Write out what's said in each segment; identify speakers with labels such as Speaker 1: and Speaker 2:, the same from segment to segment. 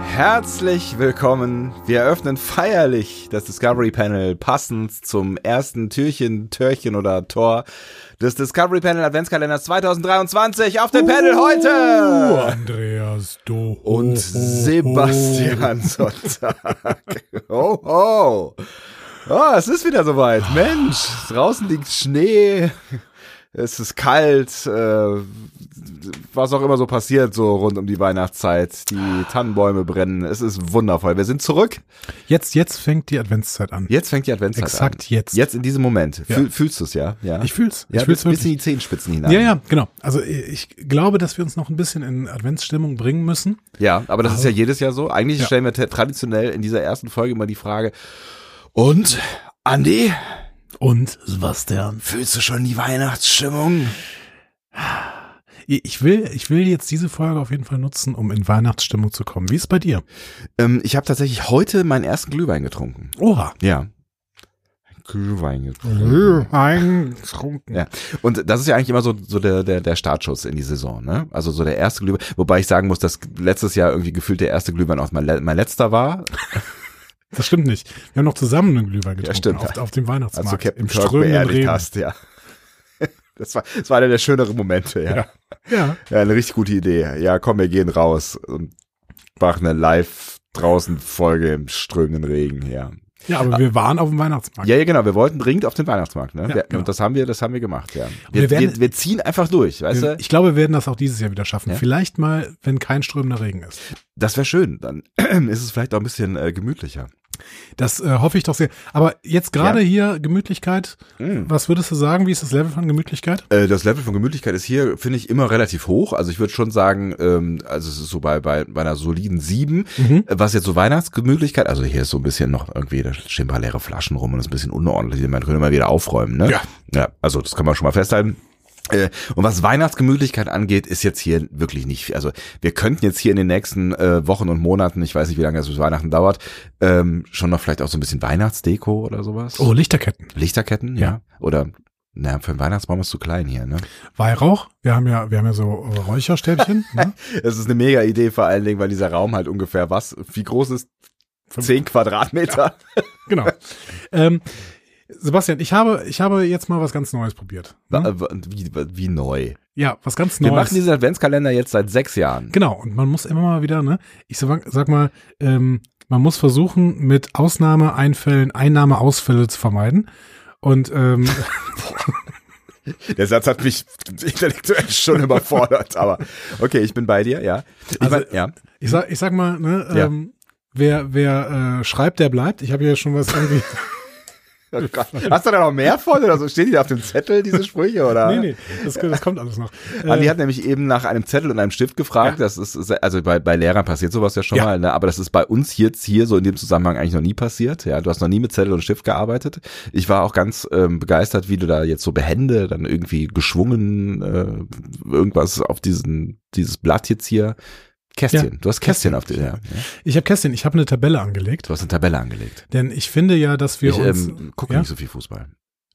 Speaker 1: Herzlich willkommen. Wir eröffnen feierlich das Discovery Panel passend zum ersten Türchen, Törchen oder Tor des Discovery Panel Adventskalenders 2023 auf dem Panel
Speaker 2: Uh. Oh,
Speaker 1: heute
Speaker 2: Andreas Do.
Speaker 1: und Sebastian Sonntag. Oh, oh. Oh, es ist wieder soweit. Mensch, draußen liegt Schnee. Es ist kalt, äh, was auch immer so passiert, so rund um die Weihnachtszeit. Die Tannenbäume brennen. Es ist wundervoll. Wir sind zurück.
Speaker 2: Jetzt, jetzt fängt die Adventszeit an.
Speaker 1: Jetzt fängt die Adventszeit an.
Speaker 2: Exakt jetzt.
Speaker 1: Jetzt in diesem Moment.
Speaker 2: Ja.
Speaker 1: Fühl, fühlst du es, ja? ja?
Speaker 2: Ich fühl's.
Speaker 1: Ja,
Speaker 2: Ich fühl's
Speaker 1: bis, bis in die
Speaker 2: wirklich.
Speaker 1: Zehenspitzen hinein.
Speaker 2: Ja, ja, genau. Also ich glaube, dass wir uns noch ein bisschen in Adventsstimmung bringen müssen.
Speaker 1: Ja, aber das ist ja jedes Jahr so. Eigentlich
Speaker 2: Also, Ja.
Speaker 1: stellen wir te- traditionell in dieser ersten Folge immer die Frage, und, Andi,
Speaker 2: Und Sebastian.
Speaker 1: fühlst du schon die Weihnachtsstimmung?
Speaker 2: Ich will, ich will jetzt diese Folge auf jeden Fall nutzen, um in Weihnachtsstimmung zu kommen. Wie ist bei dir?
Speaker 1: Ähm, ich habe tatsächlich heute meinen ersten Glühwein getrunken.
Speaker 2: Oha.
Speaker 1: Ja. Glühwein
Speaker 2: Mhm.
Speaker 1: getrunken.
Speaker 2: Eingetrunken.
Speaker 1: Ja. Und das ist ja eigentlich immer so, so der, der, der Startschuss in die Saison, ne? Also so der erste Glühwein. Wobei ich sagen muss, dass letztes Jahr irgendwie gefühlt der erste Glühwein auch mein, le- mein letzter war.
Speaker 2: Das stimmt nicht. Wir haben noch zusammen einen Glühwein getrunken.
Speaker 1: stimmt.
Speaker 2: Auf, auf dem
Speaker 1: Als du
Speaker 2: Weihnachtsmarkt.
Speaker 1: Captain
Speaker 2: Im
Speaker 1: Kirk
Speaker 2: strömenden
Speaker 1: beerdigt
Speaker 2: Regen.
Speaker 1: hast, ja. Das war, das war einer der schöneren Momente, ja. ja.
Speaker 2: Ja. Ja.
Speaker 1: eine richtig gute Idee. Ja, komm, wir gehen raus und machen eine live draußen Folge im strömenden Regen, ja.
Speaker 2: ja, aber wir waren auf dem Weihnachtsmarkt.
Speaker 1: Ja, ja, genau. Wir wollten dringend auf den Weihnachtsmarkt, ne?
Speaker 2: Ja,
Speaker 1: wir,
Speaker 2: genau.
Speaker 1: Und das haben wir, das haben wir gemacht, ja.
Speaker 2: wir
Speaker 1: Wir, wir,
Speaker 2: werden-
Speaker 1: wir, ziehen einfach durch, weißt
Speaker 2: Wir-
Speaker 1: du?
Speaker 2: Ich glaube, wir werden das auch dieses Jahr wieder schaffen.
Speaker 1: Ja.
Speaker 2: Vielleicht mal, wenn kein strömender Regen ist.
Speaker 1: Das wäre schön. Dann ist es vielleicht auch ein bisschen äh, gemütlicher.
Speaker 2: Das äh, hoffe ich doch sehr. Aber jetzt gerade
Speaker 1: Ja. Mm.
Speaker 2: hier Gemütlichkeit, was würdest du sagen? Wie ist das Level von Gemütlichkeit?
Speaker 1: Äh, das Level von Gemütlichkeit ist hier, finde ich, immer relativ hoch. Also ich würde schon sagen, ähm, also es ist so bei, bei, bei einer soliden sieben. Äh,
Speaker 2: Mhm.
Speaker 1: Was jetzt so Weihnachtsgemütlichkeit, also hier ist so ein bisschen noch irgendwie, da stehen ein paar leere Flaschen rum und ist ein bisschen unordentlich. Man könnte mal wieder aufräumen, ne?
Speaker 2: Ja.
Speaker 1: Ja, also das kann man schon mal festhalten. Äh, Und was Weihnachtsgemütlichkeit angeht, ist jetzt hier wirklich nicht, viel. also wir könnten jetzt hier in den nächsten äh, Wochen und Monaten, ich weiß nicht, wie lange das bis Weihnachten dauert, ähm, schon noch vielleicht auch so ein bisschen Weihnachtsdeko oder sowas.
Speaker 2: Oh, Lichterketten.
Speaker 1: Lichterketten, ja. Oder, naja, für einen Weihnachtsbaum ist zu klein hier, ne?
Speaker 2: Weihrauch. Wir haben ja, wir haben ja so äh, Räucherstäbchen. ne?
Speaker 1: Es ist eine mega Idee vor allen Dingen, weil dieser Raum halt ungefähr was, wie groß ist? Zehn Quadratmeter.
Speaker 2: Genau. ähm, Sebastian, ich habe, ich habe jetzt mal was ganz Neues probiert. Ne?
Speaker 1: Wa- wa- Wie, wie neu.
Speaker 2: Ja, was ganz
Speaker 1: Wir
Speaker 2: Neues.
Speaker 1: machen diesen Adventskalender jetzt seit sechs Jahren.
Speaker 2: genau. Und man muss immer mal wieder, ne? Ich sag, sag mal, ähm, man muss versuchen, mit Ausnahmeeinfällen Einnahmeausfälle zu vermeiden. Und ähm,
Speaker 1: Der Satz hat mich intellektuell schon überfordert, aber okay, ich bin bei dir, ja. Ich
Speaker 2: Also-
Speaker 1: mein, ja.
Speaker 2: Ich sag, ich sag mal, ne,
Speaker 1: Ja.
Speaker 2: ähm, wer, wer äh, schreibt, der bleibt. Ich habe ja schon was irgendwie.
Speaker 1: Oh Gott. Hast du da noch mehr von oder so? Stehen die da auf dem Zettel, diese Sprüche, oder?
Speaker 2: nee, nee, das, das kommt alles noch.
Speaker 1: Andi
Speaker 2: Äh,
Speaker 1: hat nämlich eben nach einem Zettel und einem Stift gefragt. Das ist, sehr- also bei, bei Lehrern passiert sowas ja schon
Speaker 2: Ja.
Speaker 1: mal, ne? aber das ist bei uns jetzt hier so in dem Zusammenhang eigentlich noch nie passiert. Ja, du hast noch nie mit Zettel und Stift gearbeitet. Ich war auch ganz ähm, begeistert, wie du da jetzt so behende, dann irgendwie geschwungen, äh, irgendwas auf diesen, dieses Blatt jetzt hier. Kästchen.
Speaker 2: Ja.
Speaker 1: Du hast Kästchen auf dir. Ja. Ja. ne?
Speaker 2: ich habe Kästchen, ich habe eine Tabelle angelegt,
Speaker 1: Du hast eine Tabelle angelegt.
Speaker 2: denn ich finde ja, dass wir
Speaker 1: Ich
Speaker 2: uns.
Speaker 1: ähm, gucke
Speaker 2: ja?
Speaker 1: nicht so viel Fußball.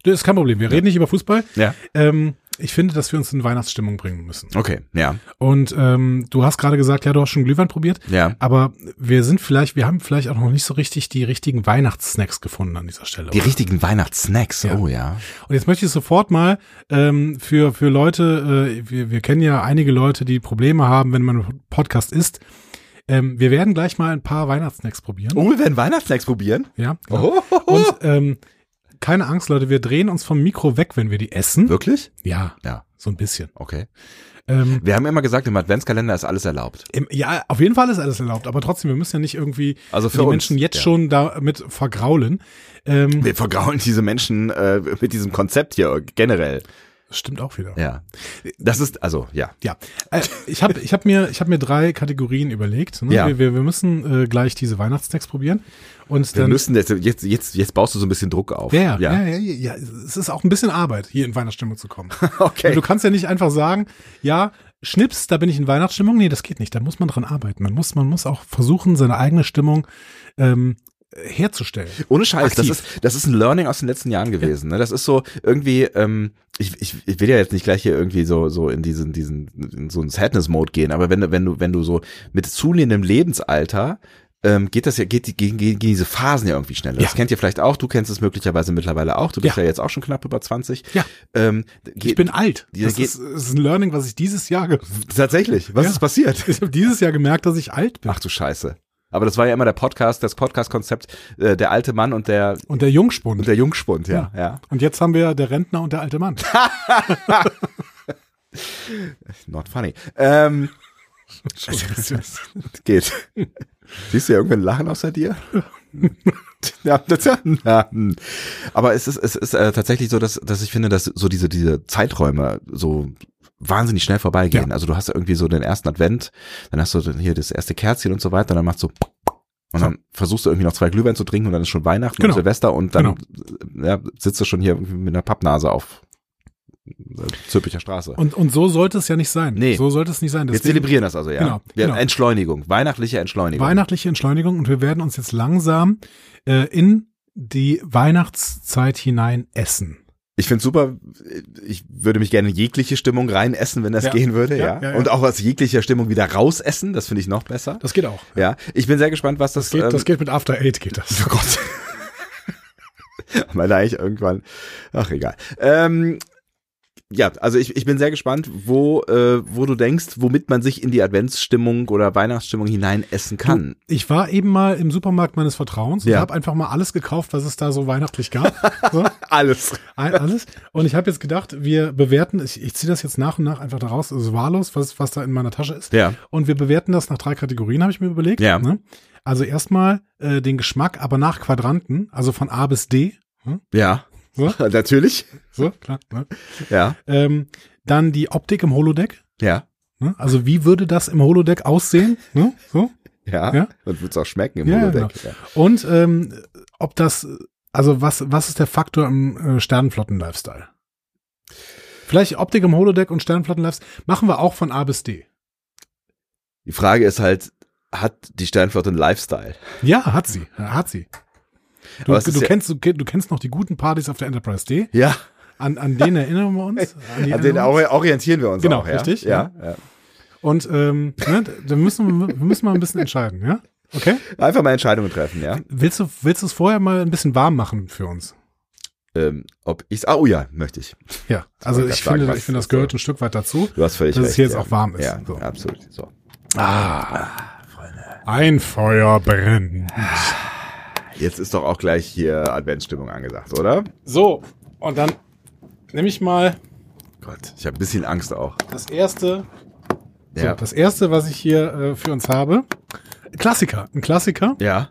Speaker 2: Das ist kein Problem, wir reden nicht über Fußball.
Speaker 1: Ja.
Speaker 2: Ähm, ich finde, dass wir uns in Weihnachtsstimmung bringen müssen.
Speaker 1: Okay. Ja.
Speaker 2: Und ähm, du hast gerade gesagt, ja, du hast schon Glühwein probiert.
Speaker 1: Ja.
Speaker 2: Aber wir sind vielleicht, wir haben vielleicht auch noch nicht so richtig die richtigen Weihnachtssnacks gefunden an dieser Stelle.
Speaker 1: Die richtigen Weihnachtssnacks.
Speaker 2: Ja.
Speaker 1: Oh ja.
Speaker 2: Und jetzt möchte ich sofort mal ähm, für, für Leute, äh, wir, wir kennen ja einige Leute, die Probleme haben, wenn man einen Podcast isst. Ähm, wir werden gleich mal ein paar Weihnachtssnacks probieren.
Speaker 1: Oh, wir werden Weihnachtssnacks probieren.
Speaker 2: Ja. genau.
Speaker 1: Oh.
Speaker 2: Und ähm, keine Angst, Leute, wir drehen uns vom Mikro weg, wenn wir die essen.
Speaker 1: Wirklich?
Speaker 2: Ja,
Speaker 1: Ja.
Speaker 2: so ein bisschen.
Speaker 1: Okay.
Speaker 2: Ähm,
Speaker 1: Wir haben immer gesagt, im Adventskalender ist alles erlaubt.
Speaker 2: im, ja, auf jeden Fall ist alles erlaubt, aber trotzdem, wir müssen ja nicht irgendwie
Speaker 1: Also für
Speaker 2: die
Speaker 1: uns,
Speaker 2: Menschen jetzt
Speaker 1: ja.
Speaker 2: schon damit vergraulen. Ähm,
Speaker 1: Wir vergraulen diese Menschen äh, mit diesem Konzept hier generell.
Speaker 2: Stimmt auch wieder.
Speaker 1: Ja. Das ist, also, ja.
Speaker 2: Ja, äh, ich habe ich hab mir, ich hab mir drei Kategorien überlegt. Ne?
Speaker 1: Ja.
Speaker 2: Wir, wir, wir müssen äh, gleich diese Weihnachtsnacks probieren. Und
Speaker 1: Wir
Speaker 2: dann,
Speaker 1: müssen jetzt, jetzt, jetzt, jetzt baust du so ein bisschen Druck auf.
Speaker 2: ja, ja, ja. Ja, ja, es ist auch ein bisschen Arbeit, hier in Weihnachtsstimmung zu kommen.
Speaker 1: Okay.
Speaker 2: Du kannst ja nicht einfach sagen, ja, Schnips, da bin ich in Weihnachtsstimmung. Nee, das geht nicht. Da muss man dran arbeiten. Man muss, man muss auch versuchen, seine eigene Stimmung ähm, herzustellen.
Speaker 1: Ohne Scheiß, das
Speaker 2: Aktiv.
Speaker 1: ist, das ist ein Learning aus den letzten Jahren gewesen. Ne? Das ist so irgendwie, ähm, ich, ich, ich will ja jetzt nicht gleich hier irgendwie so, so in diesen, diesen, in so einen Sadness-Mode gehen, aber wenn, du- wenn du, wenn du so mit zunehmendem Lebensalter ähm, geht das ja, geht, die- gehen, gehen, gehen diese Phasen ja irgendwie schneller.
Speaker 2: Ja.
Speaker 1: Das kennt ihr vielleicht auch, du kennst es möglicherweise mittlerweile auch, du bist ja,
Speaker 2: Ja.
Speaker 1: jetzt auch schon knapp über 20.
Speaker 2: Ja.
Speaker 1: Ähm,
Speaker 2: Ich bin alt.
Speaker 1: Ja,
Speaker 2: Das
Speaker 1: geht-
Speaker 2: ist, ist ein Learning, was ich dieses Jahr, ge
Speaker 1: tatsächlich, was
Speaker 2: Ja.
Speaker 1: ist passiert?
Speaker 2: ich habe dieses Jahr gemerkt, dass ich alt bin.
Speaker 1: Ach du Scheiße. Aber das war ja immer der Podcast, das Podcast-Konzept, äh, der alte Mann und der,
Speaker 2: Und der Jungspund.
Speaker 1: und der Jungspund, ja, ja.
Speaker 2: Und jetzt haben wir der Rentner und der alte Mann.
Speaker 1: Not funny. Ähm,
Speaker 2: Also,
Speaker 1: Geht. Siehst du ja irgendwann Lachen außer dir? ja, das, ja. hm. Aber es ist, es ist äh, tatsächlich so, dass, dass ich finde, dass so diese, diese Zeiträume so wahnsinnig schnell vorbeigehen. Also du hast ja irgendwie so den ersten Advent, dann hast du dann hier das erste Kerzchen und so weiter, dann machst du und dann versuchst du irgendwie noch zwei Glühwein zu trinken und dann ist schon Weihnachten
Speaker 2: Genau.
Speaker 1: und Silvester und dann ja, sitzt du schon hier irgendwie mit einer Pappnase auf äh, Zülpicher Straße.
Speaker 2: Und, und so sollte es ja nicht sein.
Speaker 1: Nee.
Speaker 2: So sollte es nicht sein.
Speaker 1: Wir zelebrieren das also, ja.
Speaker 2: Genau,
Speaker 1: Wir-
Speaker 2: genau.
Speaker 1: Entschleunigung, weihnachtliche Entschleunigung.
Speaker 2: weihnachtliche Entschleunigung und wir werden uns jetzt langsam äh, in die Weihnachtszeit hinein essen.
Speaker 1: Ich finde super, ich würde mich gerne in jegliche Stimmung rein essen, wenn das
Speaker 2: Ja.
Speaker 1: gehen würde, ja,
Speaker 2: Ja, ja, ja.
Speaker 1: Und auch aus jeglicher Stimmung wieder raus essen, das finde ich noch besser.
Speaker 2: Das geht auch.
Speaker 1: ja, ich bin sehr gespannt, was das,
Speaker 2: Das geht,
Speaker 1: ähm,
Speaker 2: das geht mit After Eight geht das.
Speaker 1: Oh Gott. Weil da ich irgendwann, ach egal. Ähm, ja, also ich, ich bin sehr gespannt, wo, äh, wo du denkst, womit man sich in die Adventsstimmung oder Weihnachtsstimmung hinein essen kann.
Speaker 2: Ich war eben mal im Supermarkt meines Vertrauens und
Speaker 1: Ja.
Speaker 2: habe einfach mal alles gekauft, was es da so weihnachtlich gab. So,
Speaker 1: Alles.
Speaker 2: ein- alles. Und ich habe jetzt gedacht, wir bewerten, ich, ich ziehe das jetzt nach und nach einfach daraus, also wahllos, was, was da in meiner Tasche ist.
Speaker 1: Ja.
Speaker 2: Und wir bewerten das nach drei Kategorien, habe ich mir überlegt.
Speaker 1: Ja.
Speaker 2: Ne? Also erstmal äh, den Geschmack, aber nach Quadranten, also von A bis D. Hm?
Speaker 1: Ja.
Speaker 2: So,
Speaker 1: Natürlich.
Speaker 2: so klar. Ne?
Speaker 1: Ja.
Speaker 2: Ähm, dann die Optik im Holodeck.
Speaker 1: Ja.
Speaker 2: Ne? Also wie würde das im Holodeck aussehen? Ne? So.
Speaker 1: Ja.
Speaker 2: Ja.
Speaker 1: Und wird's auch schmecken im
Speaker 2: Ja, genau. ja,
Speaker 1: Holodeck. Ja.
Speaker 2: Und ähm, ob das, also was, was ist der Faktor im äh, Sternenflotten-Lifestyle? Vielleicht Optik im Holodeck und Sternenflotten-Lifestyle machen wir auch von A bis D.
Speaker 1: Die Frage ist halt, hat die Sternflotte einen Lifestyle?
Speaker 2: Ja, hat sie, hat sie. Du,
Speaker 1: Aber es
Speaker 2: du,
Speaker 1: ist ja-
Speaker 2: kennst, du, du kennst noch die guten Partys auf der Enterprise D.
Speaker 1: Ja,
Speaker 2: An, an denen erinnern wir uns. An, die
Speaker 1: an Also den
Speaker 2: erinnern wir uns.
Speaker 1: ori- orientieren wir uns
Speaker 2: Genau,
Speaker 1: auch. Ja?
Speaker 2: richtig,
Speaker 1: Ja, ja.
Speaker 2: Und ähm, ne, da müssen wir, wir müssen mal ein bisschen entscheiden, ja? Okay?
Speaker 1: Einfach mal Entscheidungen treffen, ja.
Speaker 2: Willst du, willst du es vorher mal ein bisschen warm machen für uns?
Speaker 1: Ähm, ob ich's, ah, oh ja, möchte ich.
Speaker 2: Ja. Also
Speaker 1: wollte
Speaker 2: ich
Speaker 1: ich grad
Speaker 2: finde,
Speaker 1: sagen,
Speaker 2: ich finde,
Speaker 1: was-
Speaker 2: das gehört ein Stück weit dazu.
Speaker 1: Du hast völlig
Speaker 2: Dass es
Speaker 1: recht.
Speaker 2: hier jetzt
Speaker 1: ja.
Speaker 2: auch warm ist.
Speaker 1: Ja,
Speaker 2: So.
Speaker 1: absolut. So.
Speaker 2: Ein Feuer brennt.
Speaker 1: Jetzt ist doch auch gleich hier Adventsstimmung angesagt, oder?
Speaker 2: So, und dann nehme ich mal
Speaker 1: Gott, ich habe ein bisschen Angst auch.
Speaker 2: das erste.
Speaker 1: Ja.
Speaker 2: So, das erste, was ich hier äh, für uns habe. Klassiker, ein Klassiker.
Speaker 1: ja.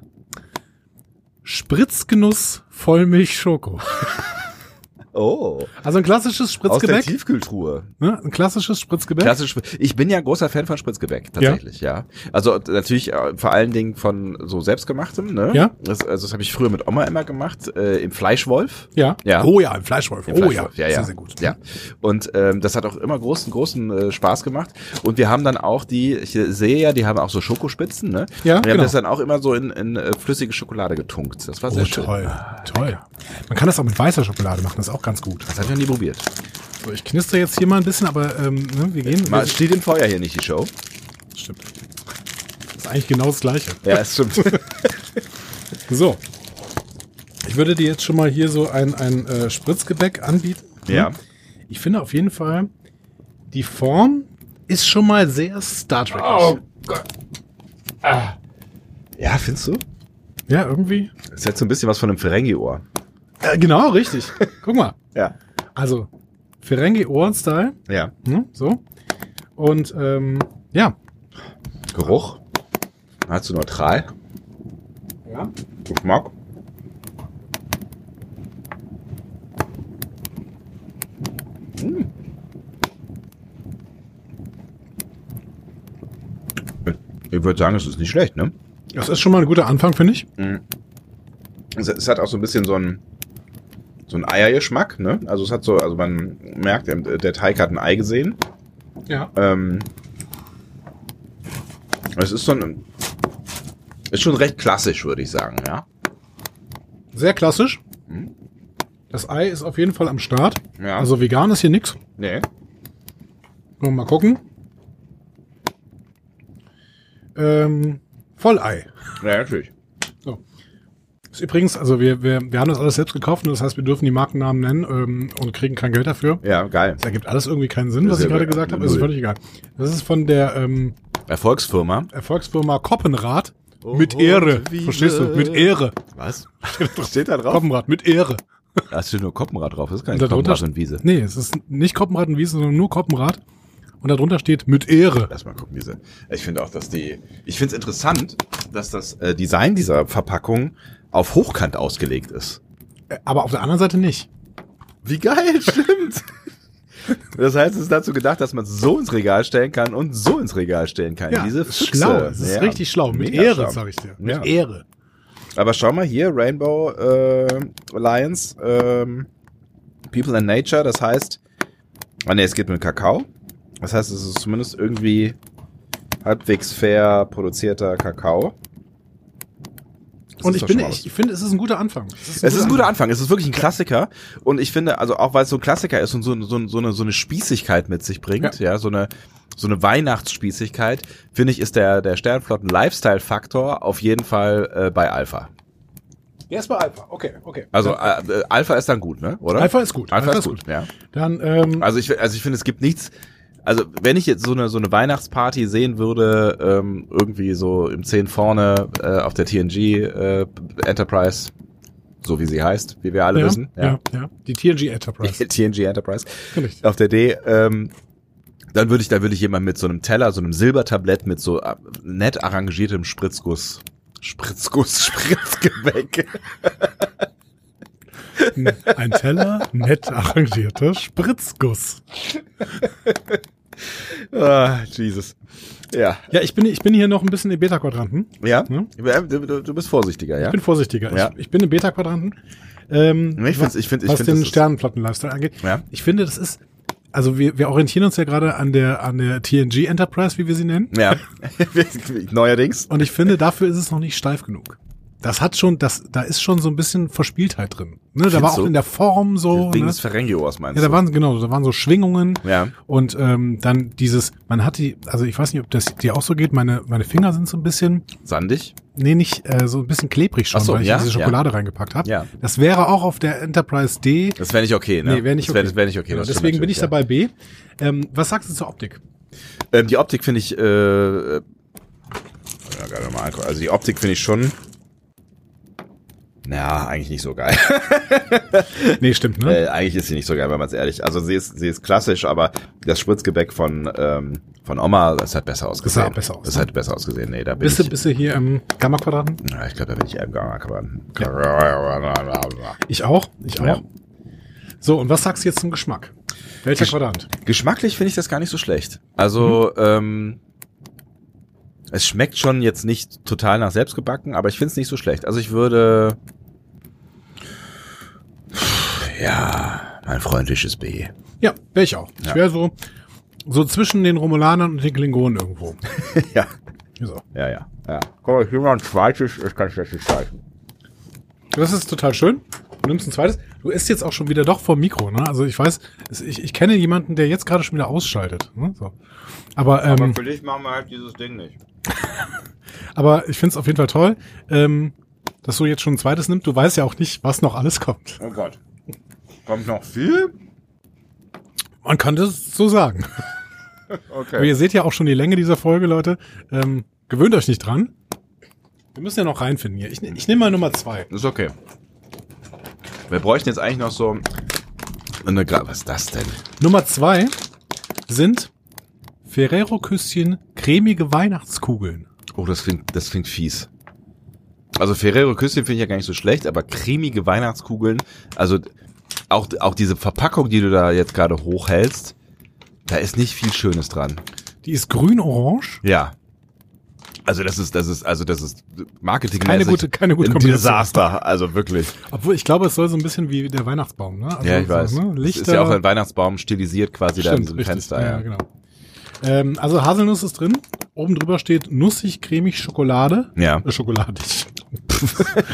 Speaker 2: Spritzgenuss Vollmilch Schoko.
Speaker 1: Oh,
Speaker 2: Also ein klassisches
Speaker 1: aus der
Speaker 2: Spritzgebäck.
Speaker 1: Tiefkühltruhe.
Speaker 2: Ne? Ein klassisches Spritzgebäck.
Speaker 1: Klassisch, ich bin ja großer Fan von Spritzgebäck, tatsächlich, ja. Also äh, natürlich äh, vor allen Dingen von so selbstgemachtem, ne?
Speaker 2: Ja.
Speaker 1: Das, also das habe ich früher mit Oma immer gemacht, äh, im Fleischwolf.
Speaker 2: ja.
Speaker 1: Ja.
Speaker 2: Oh ja, ein Fleischwolf.
Speaker 1: Im
Speaker 2: oh ja.
Speaker 1: Fleischwolf, ja, ja.
Speaker 2: Sehr, sehr gut.
Speaker 1: Ja. Und ähm, das hat auch immer großen, großen äh, Spaß gemacht. Und wir haben dann auch die, ich sehe ja, die haben auch so Schokospitzen, ne?
Speaker 2: Ja,
Speaker 1: Und wir haben
Speaker 2: genau.
Speaker 1: das dann auch immer so in, in äh, flüssige Schokolade getunkt. Das war
Speaker 2: Oh,
Speaker 1: sehr schön.
Speaker 2: toll.
Speaker 1: Ah,
Speaker 2: Toll. Man kann das auch mit weißer Schokolade machen, das ist auch ganz gut.
Speaker 1: Das habe ich noch nie probiert.
Speaker 2: So, ich knister jetzt hier mal ein bisschen, aber ähm, ne, wir gehen.
Speaker 1: Mal,
Speaker 2: wir,
Speaker 1: steht im Feuer hier nicht die Show.
Speaker 2: stimmt. Das ist eigentlich genau das Gleiche.
Speaker 1: Ja, es stimmt.
Speaker 2: So. Ich würde dir jetzt schon mal hier so ein, ein äh, Spritzgebäck anbieten.
Speaker 1: ja.
Speaker 2: Ich finde auf jeden Fall, die Form ist schon mal sehr Star Trek. Ah.
Speaker 1: Ja, findest du?
Speaker 2: Ja, irgendwie.
Speaker 1: Das hat so ein bisschen was von einem Ferengi-Ohr.
Speaker 2: Äh, genau, richtig. Guck mal.
Speaker 1: Ja.
Speaker 2: Also, Ferengi Ohren-Style.
Speaker 1: Ja.
Speaker 2: Ne? So. Und ähm, ja.
Speaker 1: Geruch? Nahezu neutral.
Speaker 2: ja.
Speaker 1: Geschmack? Hm. Ich würde sagen, es ist nicht schlecht, ne?
Speaker 2: Das ist schon mal ein guter Anfang, finde ich.
Speaker 1: Es, es hat auch so ein bisschen so ein so ein Eiergeschmack, ne? Also es hat so, also man merkt, ähm, der Teig hat ein Ei gesehen.
Speaker 2: Ja.
Speaker 1: Ähm, es ist so ein, ist schon recht klassisch, würde ich sagen, ja.
Speaker 2: Sehr klassisch. Das Ei ist auf jeden Fall am Start.
Speaker 1: Hm. Ja.
Speaker 2: Also vegan ist hier nichts.
Speaker 1: Nee.
Speaker 2: Wollen wir mal gucken. Ähm, Vollei.
Speaker 1: Ja, natürlich.
Speaker 2: Ist übrigens, also wir, wir, wir haben das alles selbst gekauft, und das heißt, wir dürfen die Markennamen nennen ähm, und kriegen kein Geld dafür.
Speaker 1: Ja, geil.
Speaker 2: Das ergibt alles irgendwie keinen Sinn,
Speaker 1: Das
Speaker 2: was
Speaker 1: ist
Speaker 2: ich
Speaker 1: ja
Speaker 2: gerade
Speaker 1: egal.
Speaker 2: gesagt habe. Ist
Speaker 1: Null.
Speaker 2: völlig egal. Das ist von der ähm,
Speaker 1: Erfolgsfirma.
Speaker 2: Erfolgsfirma Koppenrad mit
Speaker 1: Oh,
Speaker 2: Ehre.
Speaker 1: Wiese.
Speaker 2: Verstehst du? Mit Ehre.
Speaker 1: Was? Steht da drauf?
Speaker 2: Koppenrad mit Ehre.
Speaker 1: Da steht nur Koppenrad drauf. Das ist gar
Speaker 2: Und
Speaker 1: nicht
Speaker 2: da drunter
Speaker 1: Koppenrad und Wiese.
Speaker 2: Nee, es ist nicht Koppenrad und Wiese, sondern nur Koppenrad. Und darunter steht mit Ehre.
Speaker 1: Lass mal gucken, diese. Ich finde auch, dass die. Ich finde es interessant, dass das äh, Design dieser Verpackung auf Hochkant ausgelegt ist.
Speaker 2: Äh, Aber auf der anderen Seite nicht.
Speaker 1: Wie geil, stimmt. Das heißt, es ist dazu gedacht, dass man es so ins Regal stellen kann und so ins Regal stellen kann. Diese
Speaker 2: ist
Speaker 1: Füchse.
Speaker 2: schlau. Es ist
Speaker 1: Ja,
Speaker 2: richtig schlau. Mit
Speaker 1: mega
Speaker 2: Ehre,
Speaker 1: schlau.
Speaker 2: sag ich dir. Mit
Speaker 1: Ja.
Speaker 2: Ehre.
Speaker 1: Aber schau mal hier, Rainbow äh, Alliance, ähm, People and Nature, das heißt, ah ne, es geht mit Kakao. Das heißt, es ist zumindest irgendwie halbwegs fair produzierter Kakao. Das
Speaker 2: Und
Speaker 1: ist
Speaker 2: ich
Speaker 1: doch
Speaker 2: bin,
Speaker 1: schon mal was.
Speaker 2: ich, ich finde, es ist ein guter Anfang.
Speaker 1: Es ist ein guter Anfang, es ist wirklich ein Klassiker. Und ich finde, also auch weil es so ein Klassiker ist und so, so, so, eine, so eine Spießigkeit mit sich bringt, ja, so eine so eine Weihnachtsspießigkeit, finde ich, ist der, der Sternflotten Lifestyle-Faktor auf jeden Fall äh, bei Alpha.
Speaker 2: Erstmal Alpha. Okay, okay.
Speaker 1: Also äh, äh, Alpha ist dann gut, ne? Oder?
Speaker 2: Alpha ist gut.
Speaker 1: Alpha,
Speaker 2: Alpha
Speaker 1: ist
Speaker 2: ist
Speaker 1: gut. Ja.
Speaker 2: Dann, ähm,
Speaker 1: Also ich also ich finde es gibt nichts. Also wenn ich jetzt so eine so eine Weihnachtsparty sehen würde ähm, irgendwie so im 10 vorne äh, auf der TNG äh, Enterprise, so wie sie heißt, wie wir alle
Speaker 2: ja,
Speaker 1: wissen,
Speaker 2: ja. ja, Die TNG Enterprise.
Speaker 1: TNG Enterprise
Speaker 2: Richtig.
Speaker 1: auf der D. Ähm, dann würde ich, da würde ich jemand mit so einem Teller, so einem Silbertablett mit so äh, nett arrangiertem Spritzguss, Spritzguss, Spritzgebäck.
Speaker 2: Ein Teller, nett arrangierter Spritzguss.
Speaker 1: ah, Jesus. Ja,
Speaker 2: Ja, ich bin, ich bin hier noch ein bisschen im Beta-Quadranten.
Speaker 1: Ja?
Speaker 2: Ne?
Speaker 1: Ja, Du, du, du bist vorsichtiger, ja?
Speaker 2: Ich bin vorsichtiger.
Speaker 1: Ja.
Speaker 2: Ich, ich bin im Beta-Quadranten. Ähm,
Speaker 1: Nee, ich find's- ich find- ich
Speaker 2: was
Speaker 1: find, das
Speaker 2: den
Speaker 1: ist-
Speaker 2: Sternenplatten-Lifestyle angeht.
Speaker 1: Ja.
Speaker 2: Ich finde, das ist, also wir, wir orientieren uns ja gerade an der, an der TNG Enterprise, wie wir sie nennen.
Speaker 1: ja. Neuerdings.
Speaker 2: Und ich finde, dafür ist es noch nicht steif genug. Das hat schon, das, da ist schon so ein bisschen Verspieltheit drin. Ne, da war auch
Speaker 1: du?
Speaker 2: in der Form so.
Speaker 1: Wegen
Speaker 2: Ne?
Speaker 1: des Ferengios meinst
Speaker 2: Ja, da
Speaker 1: du?
Speaker 2: waren genau, da waren so Schwingungen.
Speaker 1: Ja.
Speaker 2: Und ähm, dann dieses, man hat die, also ich weiß nicht, ob das dir auch so geht. Meine, meine Finger sind so ein bisschen,
Speaker 1: Sandig?
Speaker 2: nee, nicht äh, so ein bisschen klebrig schon,
Speaker 1: Ach so,
Speaker 2: weil ich
Speaker 1: ja,
Speaker 2: diese
Speaker 1: ja.
Speaker 2: Schokolade reingepackt habe.
Speaker 1: Ja.
Speaker 2: Das wäre auch auf der Enterprise D.
Speaker 1: Das wäre nicht okay, ne?
Speaker 2: Nee, wäre nicht
Speaker 1: das
Speaker 2: okay.
Speaker 1: wär, Das wäre nicht okay.
Speaker 2: Genau,
Speaker 1: das stimmt
Speaker 2: deswegen bin ich
Speaker 1: natürlich,
Speaker 2: dabei B. Ähm, was sagst du zur Optik?
Speaker 1: ja. Ähm, die Optik finde ich, äh, äh, ja, geil, nochmal angucken. also die Optik finde ich schon, na, eigentlich nicht so geil.
Speaker 2: Nee, stimmt, ne?
Speaker 1: Äh, eigentlich ist sie nicht so geil, wenn man es ehrlich, also sie ist, sie ist klassisch, aber das Spritzgebäck von, ähm, von Oma, das hat besser ausgesehen.
Speaker 2: besser aus,
Speaker 1: Das
Speaker 2: ne?
Speaker 1: hat besser ausgesehen, nee, da bin
Speaker 2: bist, du,
Speaker 1: ich.
Speaker 2: bist du hier im Gamma-Quadraten?
Speaker 1: Ja, ich glaube, da bin ich eher im Gang.
Speaker 2: Ich auch, ich auch.
Speaker 1: Ja.
Speaker 2: So, und was sagst du jetzt zum Geschmack? Welcher Quadrant?
Speaker 1: Geschmacklich finde ich das gar nicht so schlecht. Also, ähm, es schmeckt schon jetzt nicht total nach selbstgebacken, aber ich finde es nicht so schlecht. Also ich würde, ja, mein freundliches B.
Speaker 2: Ja, wäre ich auch.
Speaker 1: Ja.
Speaker 2: Ich wäre so, so zwischen den Romulanern und den Klingonen irgendwo.
Speaker 1: ja,
Speaker 2: So.
Speaker 1: ja, ja, ja. Guck mal, ich nehme mal ein zweites, ich kann schlecht nicht zeigen.
Speaker 2: Das ist total schön. Du nimmst ein zweites. Du isst jetzt auch schon wieder doch vom Mikro, ne? Also ich weiß, es- ich, ich kenne jemanden, der jetzt gerade schon wieder ausschaltet. Ne? So. Aber, ähm,
Speaker 1: Für dich machen wir halt dieses Ding nicht.
Speaker 2: Aber ich find's auf jeden Fall toll, ähm, dass du jetzt schon ein zweites nimmst. Du weißt ja auch nicht, was noch alles kommt.
Speaker 1: Oh Gott. Kommt noch viel?
Speaker 2: Man kann das so sagen. Aber
Speaker 1: Okay.
Speaker 2: ihr seht ja auch schon die Länge dieser Folge, Leute. Ähm, gewöhnt euch nicht dran. Wir müssen ja noch reinfinden hier. Ich, ne- ich nehme mal Nummer zwei.
Speaker 1: Ist okay. Wir bräuchten jetzt eigentlich noch so eine Gra Was ist das denn?
Speaker 2: Nummer zwei sind Ferrero-Küsschen cremige Weihnachtskugeln.
Speaker 1: Oh, das klingt, das klingt fies. Also Ferrero Küsschen finde ich ja gar nicht so schlecht, aber cremige Weihnachtskugeln, also auch, auch diese Verpackung, die du da jetzt gerade hochhältst, da ist nicht viel Schönes dran.
Speaker 2: Die ist grün-orange.
Speaker 1: Ja. Also das ist, das ist, also das ist Marketing.
Speaker 2: Keine gute- keine gute
Speaker 1: ein
Speaker 2: Kombination.
Speaker 1: Desaster, also wirklich.
Speaker 2: Obwohl, ich glaube, es soll so ein bisschen wie der Weihnachtsbaum, ne? Also
Speaker 1: ja, ich
Speaker 2: so,
Speaker 1: weiß.
Speaker 2: ne?
Speaker 1: Das
Speaker 2: Lichter.
Speaker 1: ist ja auch ein Weihnachtsbaum stilisiert quasi da in
Speaker 2: Stimmt,
Speaker 1: diesem
Speaker 2: richtig.
Speaker 1: Fenster.
Speaker 2: Ja,
Speaker 1: Ja,
Speaker 2: genau. Ähm, also Haselnuss ist drin. Oben drüber steht nussig, cremig, Schokolade.
Speaker 1: Ja.
Speaker 2: Äh, schokoladig.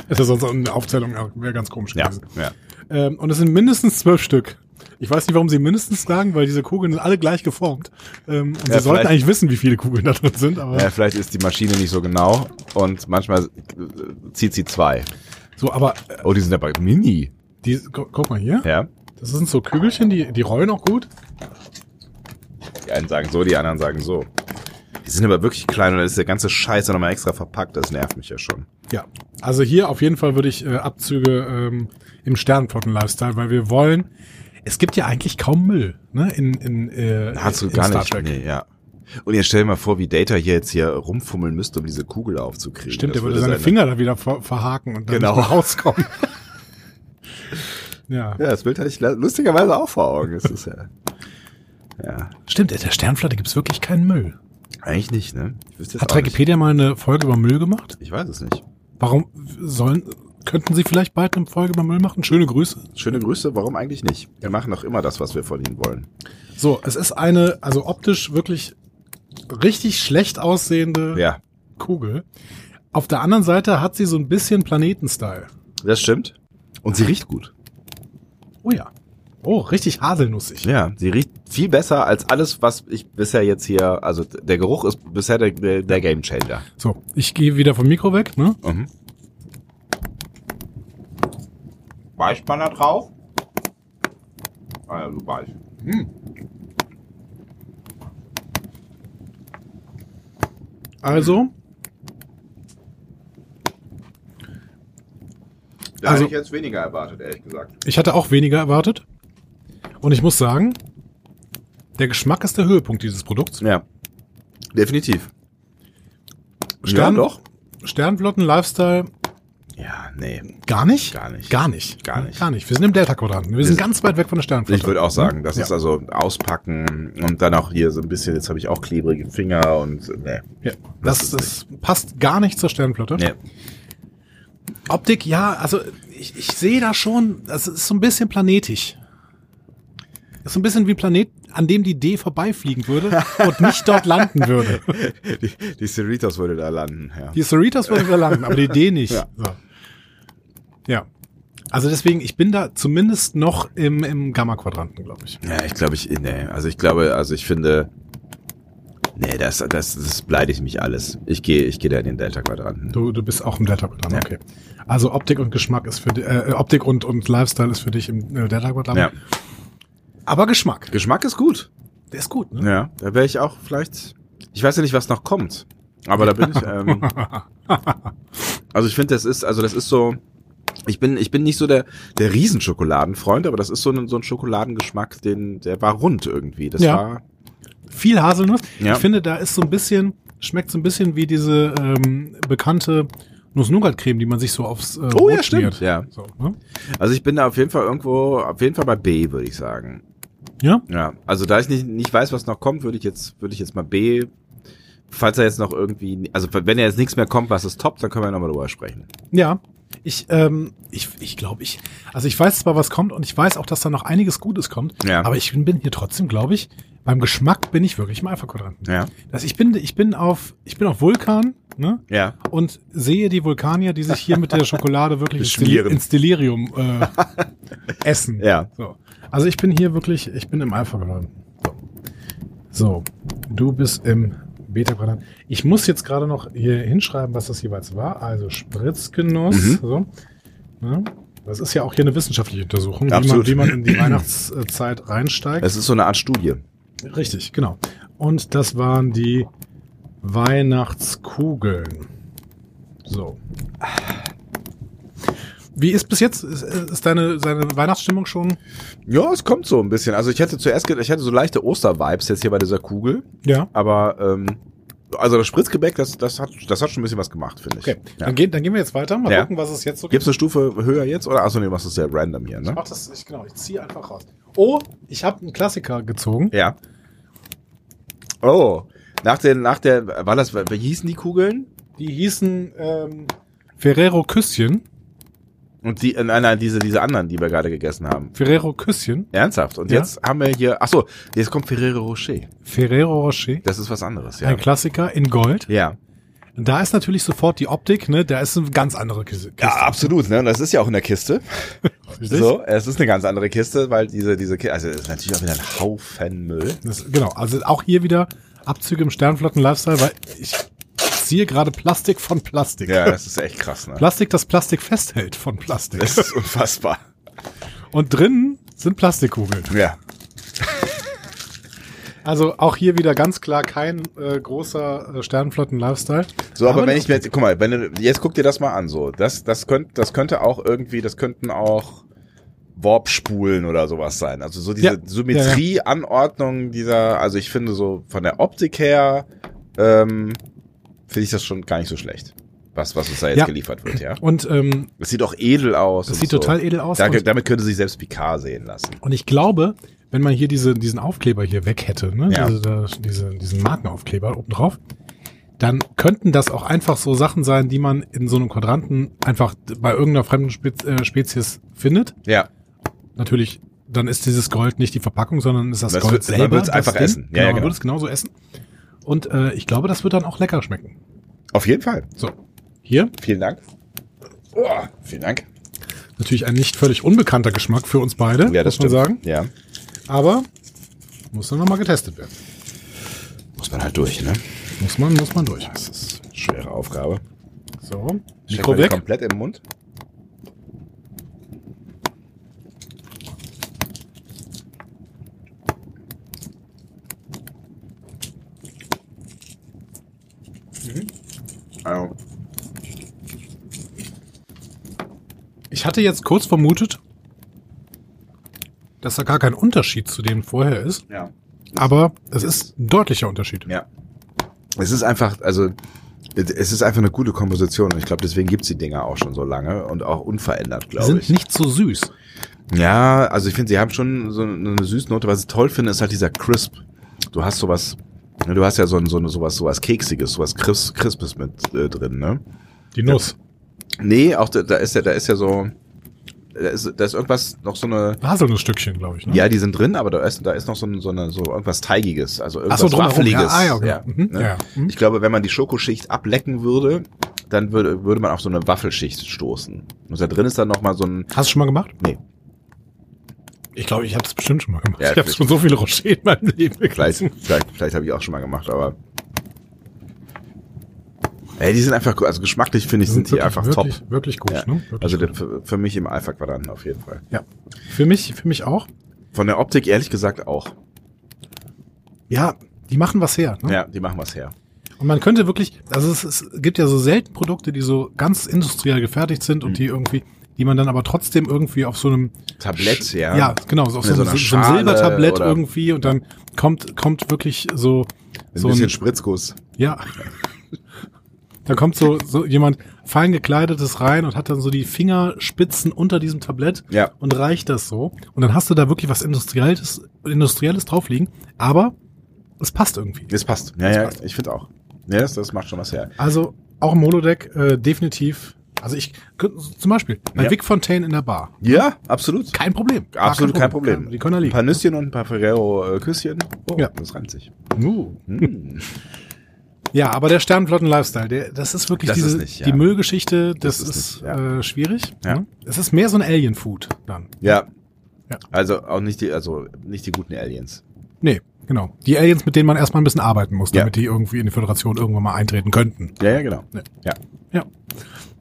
Speaker 2: Hätte sonst auch eine Aufzählung wäre ganz komisch
Speaker 1: ja,
Speaker 2: gewesen.
Speaker 1: ja.
Speaker 2: Ähm, und es sind mindestens zwölf Stück. Ich weiß nicht, warum sie mindestens sagen, weil diese Kugeln sind alle gleich geformt. Ähm, und
Speaker 1: Ja,
Speaker 2: sie sollten
Speaker 1: vielleicht-
Speaker 2: eigentlich wissen, wie viele Kugeln da drin sind, aber
Speaker 1: Ja, Äh, vielleicht ist die Maschine nicht so genau und manchmal äh, zieht sie zwei.
Speaker 2: so, aber äh,
Speaker 1: Oh, die sind aber mini.
Speaker 2: die, gu- guck mal hier.
Speaker 1: Ja.
Speaker 2: Das sind so Kügelchen, die, die rollen auch gut.
Speaker 1: Die einen sagen so, die anderen sagen so. Die sind aber wirklich klein und da ist der ganze Scheiß ja nochmal extra verpackt. Das nervt mich ja schon.
Speaker 2: Ja, also hier auf jeden Fall würde ich äh, Abzüge ähm, im Sternenflotten-Lifestyle, weil wir wollen. Es gibt ja eigentlich kaum Müll, ne? In, in, äh,
Speaker 1: Hast du
Speaker 2: in
Speaker 1: gar
Speaker 2: Star
Speaker 1: nicht.
Speaker 2: Trek.
Speaker 1: Nee, ja. Und jetzt stell dir mal vor, wie Data hier jetzt hier rumfummeln müsste, um diese Kugel aufzukriegen.
Speaker 2: Stimmt,
Speaker 1: Das ne?
Speaker 2: der würde seine Finger da wieder ver verhaken und dann
Speaker 1: Genau.
Speaker 2: nicht mehr rauskommen. ja.
Speaker 1: Ja, das Bild hatte ich la- lustigerweise auch vor Augen. Das ist ja. ja.
Speaker 2: Stimmt, in der Sternflotte gibt's wirklich keinen Müll.
Speaker 1: Eigentlich nicht, ne? Ich wüsste jetzt
Speaker 2: Hat
Speaker 1: auch nicht.
Speaker 2: Wikipedia mal eine Folge über Müll gemacht?
Speaker 1: Ich weiß es nicht.
Speaker 2: Warum sollen. Könnten Sie vielleicht bald eine Folge über Müll machen? Schöne Grüße.
Speaker 1: Schöne Grüße, warum eigentlich nicht? Wir machen doch immer das, was wir von ihnen wollen.
Speaker 2: So, es ist eine, also optisch wirklich richtig schlecht aussehende
Speaker 1: Ja,
Speaker 2: Kugel. Auf der anderen Seite hat sie so ein bisschen Planetenstyle.
Speaker 1: das stimmt. Und sie riecht gut.
Speaker 2: Oh ja. Oh, richtig haselnussig.
Speaker 1: Ja, sie riecht viel besser als alles, was ich bisher jetzt hier, also der Geruch ist bisher der, der, der Game Changer.
Speaker 2: So, ich gehe wieder vom Mikro weg, ne?
Speaker 1: Mhm. Beißt man da drauf? Ah ja, du beißt.
Speaker 2: Also,
Speaker 1: Da
Speaker 2: Also-
Speaker 1: hätte ich jetzt weniger erwartet, ehrlich gesagt.
Speaker 2: ich hatte auch weniger erwartet. Und ich muss sagen, der Geschmack ist der Höhepunkt dieses Produkts.
Speaker 1: Ja, definitiv. ja, doch.
Speaker 2: Sternflotten Lifestyle
Speaker 1: Ja, nee.
Speaker 2: gar nicht?
Speaker 1: Gar nicht.
Speaker 2: Gar nicht.
Speaker 1: Gar nicht.
Speaker 2: Gar nicht. Wir sind im Delta Quadranten. Wir, sind
Speaker 1: sind-
Speaker 2: ganz weit weg von der Sternflotte. Ne?
Speaker 1: Ich würde auch sagen, das
Speaker 2: Ja.
Speaker 1: ist also auspacken und dann auch hier so ein bisschen, jetzt habe ich auch klebrige Finger und nee.
Speaker 2: ja. das, das passt gar nicht zur Sternflotte.
Speaker 1: nee.
Speaker 2: Optik, ja, also ich, ich sehe da schon, das ist so ein bisschen planetisch. Das ist so ein bisschen wie ein Planet, an dem die D vorbeifliegen würde und nicht dort landen würde.
Speaker 1: Die, die Cerritos würde da landen, ja.
Speaker 2: Die Cerritos würde da landen, aber die D nicht. Ja. So. ja. Also deswegen, ich bin da zumindest noch im, im Gamma-Quadranten, glaube ich.
Speaker 1: Ja, ich glaube, ich, nee, also ich glaube, also ich finde, nee, das, das, das beleidigt mich alles. Ich gehe, ich gehe da in den Delta-Quadranten.
Speaker 2: Du, du bist auch im Delta-Quadranten,
Speaker 1: Ja.
Speaker 2: okay. Also Optik und Geschmack ist für dich, äh, Optik und, und Lifestyle ist für dich im äh, Delta-Quadranten.
Speaker 1: Ja.
Speaker 2: Aber Geschmack,
Speaker 1: ähm, Geschmack ist gut.
Speaker 2: der ist gut, ne?
Speaker 1: Ja, da wäre ich auch vielleicht, ich weiß ja nicht, was noch kommt, aber da bin ich, ähm, also ich finde, das ist, also das ist so, ich bin, ich bin nicht so der, der Riesenschokoladenfreund, aber das ist so ein, so ein Schokoladengeschmack, den, der war rund irgendwie. Das
Speaker 2: Ja.
Speaker 1: war,
Speaker 2: viel Haselnuss.
Speaker 1: Ja.
Speaker 2: Ich finde, da ist so ein bisschen, schmeckt so ein bisschen wie diese ähm, bekannte Nuss-Nougat-Creme, die man sich so aufs äh,
Speaker 1: Oh,
Speaker 2: Brot
Speaker 1: ja, stimmt,
Speaker 2: schmiert.
Speaker 1: ja.
Speaker 2: So, ne?
Speaker 1: also ich bin da auf jeden Fall irgendwo, auf jeden Fall bei B, würde ich sagen.
Speaker 2: ja?
Speaker 1: Ja, also da ich nicht, nicht weiß, was noch kommt, würde ich jetzt, würde ich jetzt mal B. Falls er jetzt noch irgendwie, also wenn er jetzt nichts mehr kommt, was ist top, dann können wir nochmal drüber sprechen.
Speaker 2: Ja. Ich, ähm, ich, ich glaube, ich, also ich weiß zwar, was kommt und ich weiß auch, dass da noch einiges Gutes kommt,
Speaker 1: Ja.
Speaker 2: aber ich bin hier trotzdem, glaube ich, beim Geschmack bin ich wirklich im Alpha-Quadranten.
Speaker 1: Ja.
Speaker 2: Das, ich bin, ich bin auf, ich bin auf Vulkan, ne?
Speaker 1: Ja.
Speaker 2: Und sehe die Vulkanier, die sich hier mit der Schokolade wirklich ins Deli-
Speaker 1: Schmieren.
Speaker 2: ins Delirium äh, essen.
Speaker 1: Ja.
Speaker 2: So. Also ich bin hier wirklich, ich bin im Alpha-Quadrant. So. so, du bist im Beta-Quadrant. Ich muss jetzt gerade noch hier hinschreiben, was das jeweils war. Also Spritzgenuss.
Speaker 1: Mhm.
Speaker 2: So. Ne? Das ist ja auch hier eine wissenschaftliche Untersuchung, wie man,
Speaker 1: Absolut.
Speaker 2: wie man in die Weihnachtszeit reinsteigt.
Speaker 1: Es ist so eine Art Studie.
Speaker 2: Richtig, genau. Und das waren die Weihnachtskugeln. So. Wie ist bis jetzt? Ist, ist deine, deine Weihnachtsstimmung schon?
Speaker 1: Ja, es kommt so ein bisschen. Also ich hätte zuerst, ge- ich hatte so leichte Ostervibes jetzt hier bei dieser Kugel,
Speaker 2: Ja.
Speaker 1: aber ähm, also das Spritzgebäck, das, das hat, das hat schon ein bisschen was gemacht, finde ich.
Speaker 2: Okay,
Speaker 1: Ja.
Speaker 2: dann, gehen, dann gehen wir jetzt weiter. Mal
Speaker 1: Ja.
Speaker 2: gucken, was es jetzt so gibt.
Speaker 1: Gibt's eine Stufe höher jetzt oder? Achso, nee, was ist sehr random hier,
Speaker 2: Ich
Speaker 1: ne?
Speaker 2: mach das, ich, genau, ich ziehe einfach raus. Oh, ich habe einen Klassiker gezogen.
Speaker 1: Ja. Oh, Nach der, nach der, war das, wie hießen die Kugeln?
Speaker 2: Die hießen ähm, Ferrero Küsschen.
Speaker 1: Und die, äh, nein, nein, diese, diese anderen, die wir gerade gegessen haben.
Speaker 2: Ferrero Küsschen.
Speaker 1: Ernsthaft. Und
Speaker 2: Ja.
Speaker 1: jetzt haben wir hier, ach so, jetzt kommt Ferrero Rocher.
Speaker 2: Ferrero Rocher.
Speaker 1: Das ist was anderes, ja.
Speaker 2: Ein Klassiker in Gold.
Speaker 1: Ja.
Speaker 2: Und Da ist natürlich sofort die Optik, ne? Da ist eine ganz andere Kiste.
Speaker 1: Ja, absolut, ne? Und das ist ja auch in der Kiste.
Speaker 2: Richtig?
Speaker 1: So, es ist eine ganz andere Kiste, weil diese, diese, Ki- also es ist natürlich auch wieder ein Haufen Müll.
Speaker 2: Das, genau, also auch hier wieder Abzüge im Sternflotten-Lifestyle, weil ich ziehe gerade Plastik von Plastik.
Speaker 1: Ja, das ist echt krass, ne?
Speaker 2: Plastik, das Plastik festhält von Plastik.
Speaker 1: Das ist unfassbar.
Speaker 2: Und drinnen sind Plastikkugeln.
Speaker 1: Ja.
Speaker 2: Also auch hier wieder ganz klar kein äh, großer äh, Sternflotten-Lifestyle.
Speaker 1: So, aber,
Speaker 2: Aber
Speaker 1: wenn ich mir jetzt, guck mal, wenn du, jetzt guck dir das mal an, so. Das, das könnte, das könnte auch irgendwie, das könnten auch Warpspulen oder sowas sein. Also so diese
Speaker 2: Ja,
Speaker 1: Symmetrie, Anordnung dieser, also ich finde so von der Optik her, ähm, finde ich das schon gar nicht so schlecht. Was, was uns da jetzt
Speaker 2: Ja.
Speaker 1: geliefert wird, ja.
Speaker 2: Und ähm,
Speaker 1: Es sieht auch edel aus.
Speaker 2: das
Speaker 1: und
Speaker 2: sieht
Speaker 1: so.
Speaker 2: total edel aus.
Speaker 1: Da,
Speaker 2: und,
Speaker 1: damit könnte sich selbst Picard sehen lassen.
Speaker 2: und ich glaube, wenn man hier diese, diesen Aufkleber hier weg hätte, ne?
Speaker 1: Ja.
Speaker 2: diese, da- diese, diesen Markenaufkleber oben drauf, dann könnten das auch einfach so Sachen sein, die man in so einem Quadranten einfach bei irgendeiner fremden Spez äh, Spezies findet.
Speaker 1: Ja,
Speaker 2: natürlich, dann ist dieses Gold nicht die Verpackung, sondern ist das
Speaker 1: Das
Speaker 2: Gold
Speaker 1: wird- man
Speaker 2: selber.
Speaker 1: wird's
Speaker 2: das
Speaker 1: einfach
Speaker 2: Ding.
Speaker 1: essen. Ja,
Speaker 2: genau,
Speaker 1: ja,
Speaker 2: Man
Speaker 1: genau.
Speaker 2: würde es genauso essen. Und äh, ich glaube, das wird dann auch lecker schmecken.
Speaker 1: auf jeden Fall.
Speaker 2: So, hier
Speaker 1: Vielen Dank. Oh, vielen Dank.
Speaker 2: natürlich ein nicht völlig unbekannter Geschmack für uns beide,
Speaker 1: Ja, das
Speaker 2: muss man
Speaker 1: stimmt.
Speaker 2: sagen.
Speaker 1: Ja.
Speaker 2: Aber muss dann nochmal getestet werden.
Speaker 1: Muss man halt durch, ne?
Speaker 2: Muss man, muss man durch.
Speaker 1: Das ist eine schwere Aufgabe.
Speaker 2: So,
Speaker 1: Steckt man
Speaker 2: Mikro
Speaker 1: die
Speaker 2: weg.
Speaker 1: komplett im Mund. Mhm. Also,
Speaker 2: Ich hatte jetzt kurz vermutet, dass da gar kein Unterschied zu dem vorher ist,
Speaker 1: ja.
Speaker 2: aber es ist ein deutlicher Unterschied.
Speaker 1: Ja. Es ist einfach, also es ist einfach eine gute Komposition und ich glaube, deswegen gibt's die Dinger auch schon so lange und auch unverändert,
Speaker 2: Die
Speaker 1: glaube
Speaker 2: sind
Speaker 1: ich.
Speaker 2: nicht so süß.
Speaker 1: Ja, also ich finde, sie haben schon so eine Süßnote. Was ich toll finde, ist halt dieser Crisp. Du hast sowas, ne, du hast ja so, ein- so, eine- sowas, sowas Keksiges, sowas Cris Crispes mit äh, drin, ne?
Speaker 2: Die Nuss.
Speaker 1: Nee, auch da, da ist ja, da ist ja so, da ist, da ist irgendwas, noch so eine,
Speaker 2: Haselnussstückchen, glaube ich. Ne?
Speaker 1: ja, die sind drin, aber da ist, da ist noch so, ein- so, eine, so irgendwas Teigiges, also
Speaker 2: Ach
Speaker 1: irgendwas
Speaker 2: so, drumherum,
Speaker 1: Waffeliges.
Speaker 2: ja. Ah, ja, genau. Mhm,
Speaker 1: ne?
Speaker 2: ja, mhm.
Speaker 1: Ich glaube, wenn man die Schokoschicht ablecken würde, dann würde, würde man auf so eine Waffelschicht stoßen. Und da drin ist dann nochmal so ein,
Speaker 2: Hast du schon mal gemacht?
Speaker 1: nee,
Speaker 2: Ich glaube, ich habe es bestimmt schon mal gemacht.
Speaker 1: Ja,
Speaker 2: ich habe
Speaker 1: vielleicht.
Speaker 2: schon so viele Rocher in meinem Leben
Speaker 1: Vielleicht,
Speaker 2: gegessen.
Speaker 1: vielleicht, vielleicht habe ich auch schon mal gemacht, aber. Ey, die sind einfach, gu- also geschmacklich finde ich, sind, die einfach
Speaker 2: wirklich,
Speaker 1: top.
Speaker 2: Wirklich gut,
Speaker 1: Ja.
Speaker 2: ne? Wirklich
Speaker 1: also
Speaker 2: gut.
Speaker 1: der- für, für mich im Alpha-Quadranten auf jeden Fall.
Speaker 2: ja. Für mich, für mich auch.
Speaker 1: Von der Optik ehrlich gesagt auch.
Speaker 2: Ja, die machen was her. Ne?
Speaker 1: Ja, die machen was her.
Speaker 2: Und man könnte wirklich, also es, es gibt ja so selten Produkte, die so ganz industriell gefertigt sind
Speaker 1: Hm.
Speaker 2: und die irgendwie, die man dann aber trotzdem irgendwie auf so einem
Speaker 1: Tablett, ja.
Speaker 2: Ja, genau, so auf
Speaker 1: Mit
Speaker 2: so,
Speaker 1: so
Speaker 2: einem-
Speaker 1: einer
Speaker 2: so einem
Speaker 1: Schale
Speaker 2: Silbertablett
Speaker 1: oder-
Speaker 2: irgendwie und dann kommt, kommt wirklich so,
Speaker 1: Ein
Speaker 2: so
Speaker 1: bisschen Spritzguss.
Speaker 2: Ja. Da kommt so, so jemand fein gekleidetes rein und hat dann so die Fingerspitzen unter diesem Tablett
Speaker 1: Ja.
Speaker 2: und reicht das so. Und dann hast du da wirklich was Industrielles, Industrielles drauf liegen, aber es passt irgendwie.
Speaker 1: Das passt. Ja, ja, ich finde auch. Ja, das, das macht schon was her.
Speaker 2: Also auch im Holodeck äh, definitiv. Also ich könnte zum Beispiel bei
Speaker 1: Ja.
Speaker 2: Vic Fontaine in der Bar.
Speaker 1: Ja, absolut.
Speaker 2: Kein Problem. Gar
Speaker 1: Absolut kein Problem. Halt-
Speaker 2: Die können da
Speaker 1: Ein paar
Speaker 2: liegen.
Speaker 1: Nüsschen und ein paar Ferrero-Küsschen. Oh,
Speaker 2: Ja.
Speaker 1: das reimt sich.
Speaker 2: Uh.
Speaker 1: Hm.
Speaker 2: Ja, aber der Sternflotten-Lifestyle, der, das ist wirklich
Speaker 1: Das
Speaker 2: diese,
Speaker 1: ist nicht, ja.
Speaker 2: die Müllgeschichte, das,
Speaker 1: ist
Speaker 2: ist,
Speaker 1: nicht, ja.
Speaker 2: äh, schwierig.
Speaker 1: Ja.
Speaker 2: ne? Es ist mehr so ein Alien-Food dann.
Speaker 1: Ja.
Speaker 2: Ja.
Speaker 1: Also auch nicht die, also nicht die guten Aliens.
Speaker 2: Nee, genau. Die Aliens, mit denen man erstmal ein bisschen arbeiten muss,
Speaker 1: Ja.
Speaker 2: damit die irgendwie in die Föderation irgendwann mal eintreten könnten.
Speaker 1: Ja, ja, genau.
Speaker 2: Ja.
Speaker 1: Ja.
Speaker 2: Ja.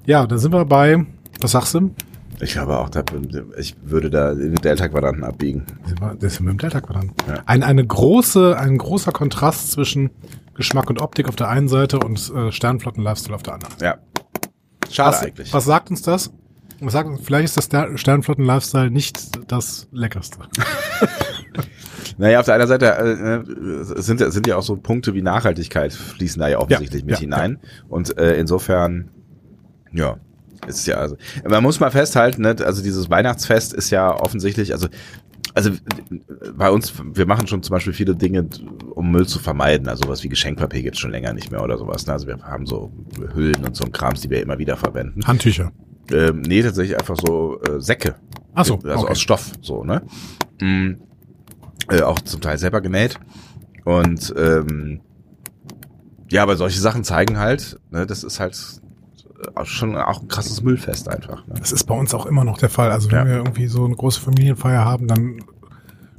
Speaker 2: Ja, da sind wir bei, was sagst du?
Speaker 1: Ich glaube auch, da, ich würde da in den Delta-Quadranten abbiegen.
Speaker 2: Sind wir, das sind wir im Delta-Quadrant.
Speaker 1: Ja.
Speaker 2: Ein, eine große, ein großer Kontrast zwischen Geschmack und Optik auf der einen Seite und äh, Sternflotten-Lifestyle auf der anderen.
Speaker 1: Ja. Schade
Speaker 2: was,
Speaker 1: eigentlich.
Speaker 2: was sagt uns das? Was sagt, uns- vielleicht ist das Ster- Sternflotten-Lifestyle nicht das Leckerste.
Speaker 1: Naja, auf der einen Seite äh, äh, sind, ja- sind ja auch so Punkte wie Nachhaltigkeit fließen da ja offensichtlich
Speaker 2: Ja,
Speaker 1: mit
Speaker 2: ja,
Speaker 1: hinein. Und äh, insofern, ja, ist ja also. Man muss mal festhalten, ne, also dieses Weihnachtsfest ist ja offensichtlich, also also äh, bei uns, wir machen schon zum Beispiel viele Dinge, um Müll zu vermeiden. Also sowas wie Geschenkpapier gibt's schon länger nicht mehr oder sowas. Ne? Also wir haben so Hüllen und so ein Krams, die wir immer wieder verwenden.
Speaker 2: Handtücher.
Speaker 1: Ähm, nee, tatsächlich einfach so äh, Säcke.
Speaker 2: Ach so,
Speaker 1: Also
Speaker 2: okay.
Speaker 1: aus Stoff, so, ne? Mm, äh, auch zum Teil selber genäht. Und ähm, ja, aber solche Sachen zeigen halt, ne, das ist halt auch schon auch ein krasses Müllfest einfach. Ne?
Speaker 2: Das ist bei uns auch immer noch der Fall. Also wenn
Speaker 1: Ja.
Speaker 2: wir irgendwie so eine große Familienfeier haben, dann